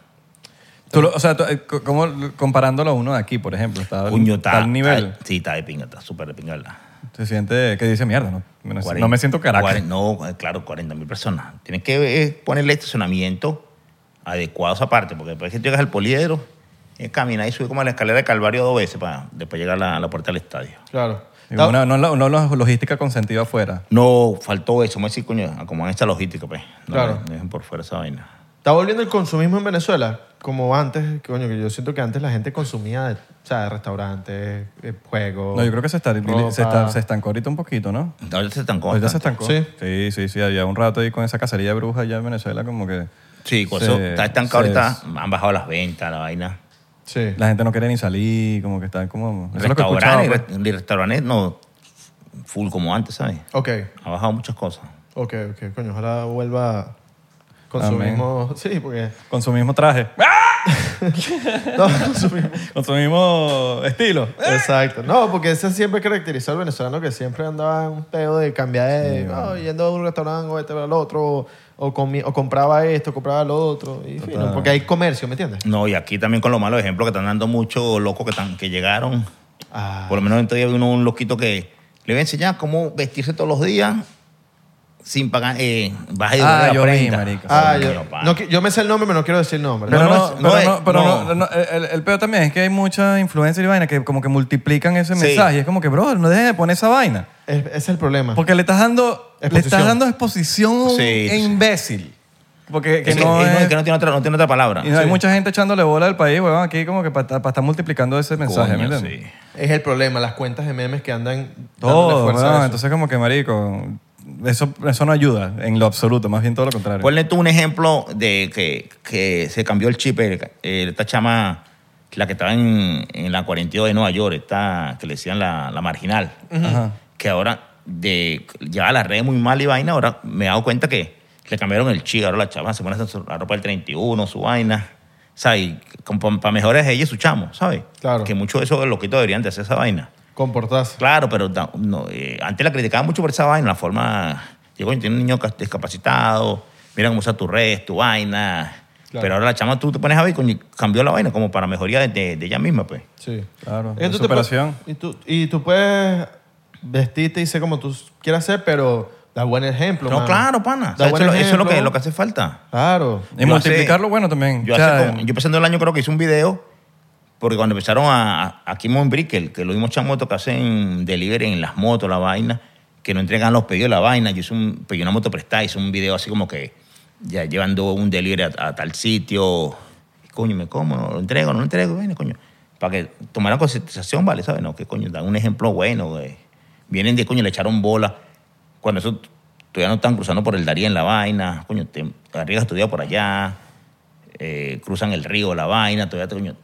S3: Tú lo- o sea, tú, eh, co- como comparándolo a uno de aquí, por ejemplo, está,
S2: Puño,
S3: está
S2: está,
S3: al nivel.
S2: está- sí, está de pinga, está súper de pinga. la-
S3: Se siente que dice mierda, ¿no? Me- No,
S2: cuaren-
S3: me siento Caracas.
S2: cuaren- no, claro, 40 mil personas. Tienes que eh, ponerle estacionamiento adecuado a esa parte, porque después que llegas al poliedro, es caminar y subir como la escalera de Calvario dos veces para después llegar a la, a la puerta del estadio.
S1: Claro.
S3: Y una- no, no, no la logística con sentido afuera.
S2: No, faltó eso. Me decís, coño, acomodan esta logística, pues. No,
S1: Claro.
S2: Dejen por fuera esa vaina.
S1: Está volviendo el consumismo en Venezuela, como antes, coño, que yo siento que antes la gente consumía, de, o sea, de restaurantes, eh, juegos.
S3: No, yo creo que se, está, se, está-
S1: ropa.
S3: se estancó ahorita un poquito, ¿no?
S2: Ahorita se estancó
S3: Ahorita se
S2: bastante.
S3: estancó.
S1: Sí.
S3: sí, sí, sí, Había un rato ahí con esa cacería de brujas allá en Venezuela, como que
S2: Sí, con
S3: Se-
S2: eso está estancado
S3: se-
S2: ahorita. Han bajado las ventas, la vaina.
S1: Sí.
S3: la gente no quiere ni salir, como que están como. Eso es lo que he escuchado.
S2: Restaurantes,
S3: pues.
S2: re- restaurantes no full como antes, ¿sabes?
S1: Ok,
S2: Ha bajado muchas cosas.
S1: ok, ok, coño, ojalá vuelva consumismo. Sí, porque.
S3: Con su mismo traje,
S2: ¡Ah!
S1: No, consumismo.
S3: con su mismo estilo.
S1: Exacto. No, porque ese siempre caracterizó al venezolano que siempre andaba en un pedo de cambiar de.
S3: Sí,
S1: no,
S3: vale.
S1: yendo a un restaurante o este al otro, o, o comi- o compraba esto, compraba lo otro. Y fino,
S3: Total.
S1: porque hay comercio, ¿me entiendes?
S2: No, y aquí también con los malos ejemplos que están dando muchos locos que, están, que llegaron.
S1: Ah,
S2: Por lo menos entonces había uno, un loquito que Le voy a enseñar cómo vestirse todos los días sin pagar. Eh, baja y
S3: Ah,
S2: devuelve la
S3: yo vi,
S2: prenda.
S3: marico.
S1: Ah,
S2: Coño,
S1: yo,
S2: pa.
S1: no qui- yo me sé el nombre, pero no quiero decir el nombre.
S3: Pero
S2: No,
S3: no,
S2: no es- no
S3: pero
S2: es-
S3: no, pero
S2: no.
S3: no- no, el, el peor también es que hay muchas influencers y vainas que como que multiplican ese
S2: Sí.
S3: mensaje. Y es como que, bro, no dejes de poner esa vaina.
S1: Es- ese es el problema.
S3: Porque le estás dando, le estás
S1: Exposición.
S3: dando exposición
S2: Ah. Sí, sí.
S3: imbécil. Porque que
S2: Es que-
S3: no
S2: es- no,
S3: es-
S2: es que no tiene otra, no tiene otra palabra.
S3: y no hay mucha gente echándole bola al país, weón, aquí como que para estar multiplicando ese mensaje, ¿me
S2: Coño,
S3: entiendes?
S2: sí.
S1: es el problema, las cuentas de memes que andan dándole
S3: Todo,
S1: fuerza a
S3: weón.
S1: eso.
S3: Entonces como que, marico, eso, eso no ayuda en lo absoluto, más bien todo lo contrario.
S2: Ponle tú un ejemplo de que, que se cambió el chip. el- el- esta chama, la que estaba en, en la 42 de Nueva York, esta, que le decían la, la marginal,
S3: Ajá.
S2: que ahora de, lleva las redes muy mal y vaina, ahora me he dado cuenta que le cambiaron el chip. Ahora la chama se pone su- la ropa del 31, su vaina. ¿Sabes? Para mejores ella y su chamo, ¿sabes?
S1: Claro.
S2: Que mucho de eso los loquitos deberían de hacer esa vaina.
S1: Comportarse.
S2: Claro, pero da- no, eh, antes la criticaban mucho por esa vaina, la forma. Digo, coño, tiene un niño cas- discapacitado, mira cómo usa tu red, tu vaina.
S1: Claro.
S2: Pero ahora la chama tú te pones a ver, coño, cambió la vaina como para mejoría de, de- de ella misma, pues.
S1: Sí.
S3: Claro,
S1: Y tú
S3: la
S1: te
S3: superación.
S1: puedes- y, tú, y tú puedes vestirte y ser como tú quieras ser, pero da buen ejemplo.
S2: No,
S1: mano.
S2: claro, pana. O sea,
S1: Da
S2: eso,
S1: buen
S2: es lo- eso es lo que,
S1: ejemplo.
S2: lo que hace falta.
S1: Claro.
S3: Y
S2: Yo
S3: multiplicarlo,
S2: hace-
S3: bueno, también.
S2: Yo,
S3: O sea,
S2: hace como- yo empezando el año creo que hice un video, porque cuando empezaron a, a- aquí en Monbrickell, que lo mismos chamotos que hacen delivery en las motos, la vaina, que no entregan los pedidos, la vaina, yo hice un, pedí una moto prestada, hice un video así como que ya llevando un delivery a, a tal sitio, y coño, me como, no lo entrego, no lo entrego, bueno, coño, para que tomaran concentración, vale, ¿sabes? No, que coño, dan un ejemplo bueno, güey. Vienen de coño, le echaron bola, cuando eso todavía no están cruzando por el Daría en la vaina, coño, te arriesgas estudiar por allá, eh, cruzan el río, la vaina, todavía te, coño,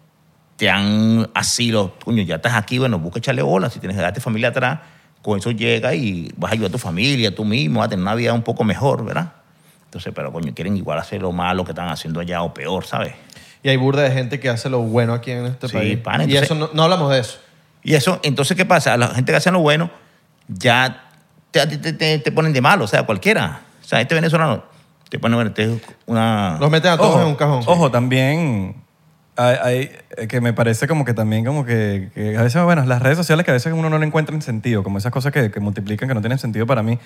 S2: te dan asilo, coño, ya estás aquí, bueno, busca echarle bola, si tienes que darte familia atrás, con eso llega y vas a ayudar a tu familia, tú mismo, vas a tener una vida un poco mejor, ¿verdad? Entonces, pero coño, quieren igual hacer lo malo que están haciendo allá o peor, ¿sabes?
S1: Y hay burda de gente que hace lo bueno aquí en este
S2: Sí,
S1: país.
S2: pana,
S1: y
S2: entonces-
S1: eso no, no hablamos de eso.
S2: Y eso, entonces, ¿qué pasa? A la gente que hace lo bueno, ya te, a ti te- te- te ponen de malo, o sea, cualquiera. O sea, este venezolano te pone, bueno, este es una...
S1: Los meten a todos en un cajón.
S3: Ojo, también hay, hay- eh, que me parece como que también como que, que a veces, bueno, las redes sociales que a veces uno no le encuentra en sentido, como esas cosas que, que multiplican que no tienen sentido para mí.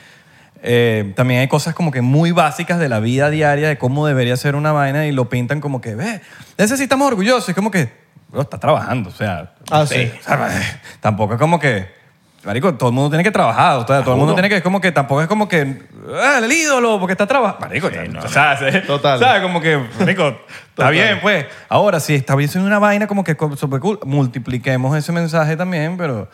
S3: Eh, también hay cosas como que muy básicas de la vida diaria, de cómo debería ser una vaina y lo pintan como que, ve, de ese sí estamos orgullosos. Es como que, bro, está trabajando, o sea,
S1: Ah,
S2: Sí.
S1: sí.
S3: o sea, eh, tampoco es como que. Marico, todo el mundo tiene que trabajar. o sea, todo el mundo
S2: Juro.
S3: tiene que. Es como que tampoco es como que. "Ah, el ídolo! Porque está trabajando. Marico,
S2: Sí, no.
S3: o sea, se-
S1: Total.
S3: ¿sabes? Como que, marico, está
S1: Total.
S3: bien, pues. Ahora, si está bien, soy una vaina como que co- super cool. Multipliquemos ese mensaje también, pero.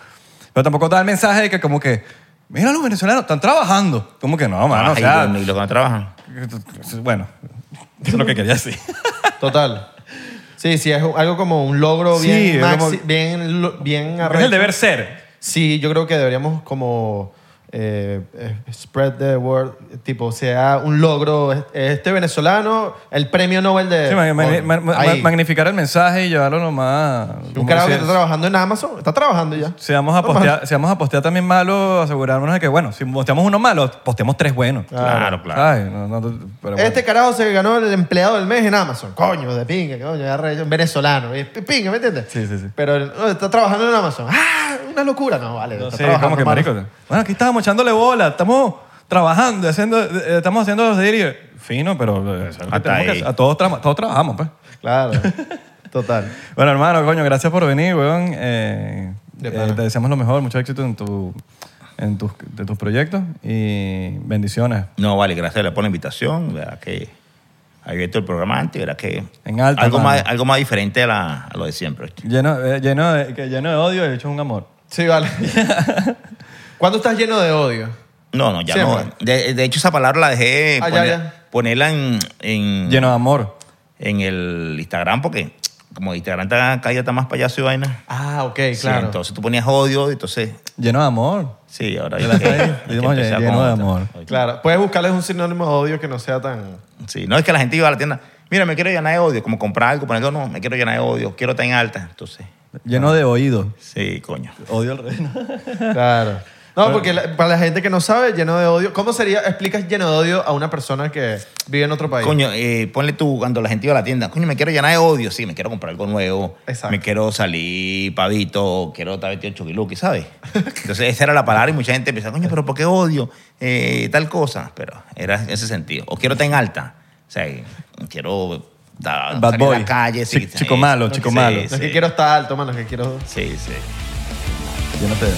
S3: Pero tampoco da el mensaje de que, como que. Mira, los venezolanos están trabajando. Como que no, mano.
S2: Ah,
S3: o
S2: y
S3: sea,
S2: los- y los que no trabajan.
S3: bueno, eso es lo que quería decir.
S1: Total. Sí, sí, es algo como un logro
S3: Sí,
S1: bien,
S3: es
S1: maxi-
S3: como-
S1: bien, lo- bien
S3: es
S1: arrecho.
S3: el deber ser.
S1: Sí, yo creo que deberíamos como eh, eh, spread the word, tipo, sea un logro. Este venezolano, el premio Nobel de...
S3: Sí, ma- ma- ma- ma-
S1: Eh, Ahí.
S3: magnificar el mensaje y llevarlo nomás.
S1: Un
S3: como
S1: carajo que
S3: sea.
S1: está trabajando en Amazon, está trabajando ya.
S3: Si vamos, a postear, si vamos a postear también malo, asegurarnos de que, bueno, si posteamos uno malo, posteamos tres buenos.
S2: Claro, claro.
S3: Ay, no, no, pero bueno.
S1: Este carajo se ganó el empleado del mes en Amazon. Coño, de pinga, coño, de arrecho, un venezolano. y p- Pinga, ¿me entiendes?
S3: Sí, sí, sí.
S1: Pero no, está trabajando en Amazon. ¡Ah! Una locura. No, vale.
S3: No
S1: está
S3: sé,
S1: trabajando,
S3: como que
S1: mano.
S3: marico. Bueno, aquí estábamos echándole bola, estamos trabajando, haciendo, eh, estamos haciendo los delirios. Fino, pero eh, es algo que
S2: Hasta
S3: tenemos que
S2: ahí.
S3: hacer. a todos, trama- todos trabajamos, pues.
S1: Claro. Total.
S3: Bueno, hermano, coño, gracias por venir, weón. Eh,
S1: De
S3: eh,
S1: pana.
S3: te deseamos lo mejor, mucho éxito en, tu, en tus, de tus proyectos y bendiciones.
S2: No, vale, gracias por la invitación. Verdad que abierto el programa antes, verdad que
S3: En alta,
S2: algo,
S3: mano.
S2: más, algo más diferente a, la- a lo de siempre. ¿viste?
S3: Lleno, eh, lleno, de, que lleno de odio y hecho un amor.
S1: Sí, vale. ¿Cuándo estás lleno de odio?
S2: No, no, ya
S1: Siempre.
S2: no. De, de hecho, esa palabra la dejé
S1: Ah, ya,
S2: poner-
S1: ya.
S2: ponerla en, en,
S3: Lleno de amor.
S2: en el Instagram porque como Instagram está cada día está más payaso y vaina.
S1: Ah, ok,
S2: Sí,
S1: claro.
S2: entonces tú ponías odio, entonces
S3: Lleno de amor.
S2: sí, ahora
S3: Ya la está ahí.
S2: hay
S3: Digamos,
S2: empezar
S3: lleno
S2: con
S3: de
S2: otra.
S3: amor.
S1: Claro. Puedes buscarles un sinónimo de odio que no sea tan...
S2: Sí, no es que la gente iba a la tienda, mira, me quiero llenar de odio, como comprar algo, poner no, me quiero llenar de odio, quiero estar en alta, entonces
S3: Lleno de oído.
S2: sí, coño.
S3: Odio al rey. ¿no?
S1: Claro. No, porque la- para la gente que no sabe, lleno de odio. ¿Cómo sería, explicas lleno de odio a una persona que vive en otro país?
S2: Coño, eh, ponle tú cuando la gente iba a la tienda, coño, me quiero llenar de odio, sí, me quiero comprar algo nuevo,
S1: Exacto.
S2: me quiero salir pavito, quiero estar vestido de choquiluqui, ¿sabes? Entonces esa era la palabra y mucha gente pensaba, coño, pero ¿por qué odio? Eh, tal cosa, pero era en ese sentido. O quiero estar en alta, o sea, eh, quiero da-
S3: Bad
S2: salir a
S3: boy.
S2: la calle. sí,
S3: Chi- chico malo, chico
S2: sí,
S3: malo.
S1: Los
S2: sí,
S1: que quiero estar alto, man, los que quiero...
S2: Sí, sí.
S3: Yo no te dejo.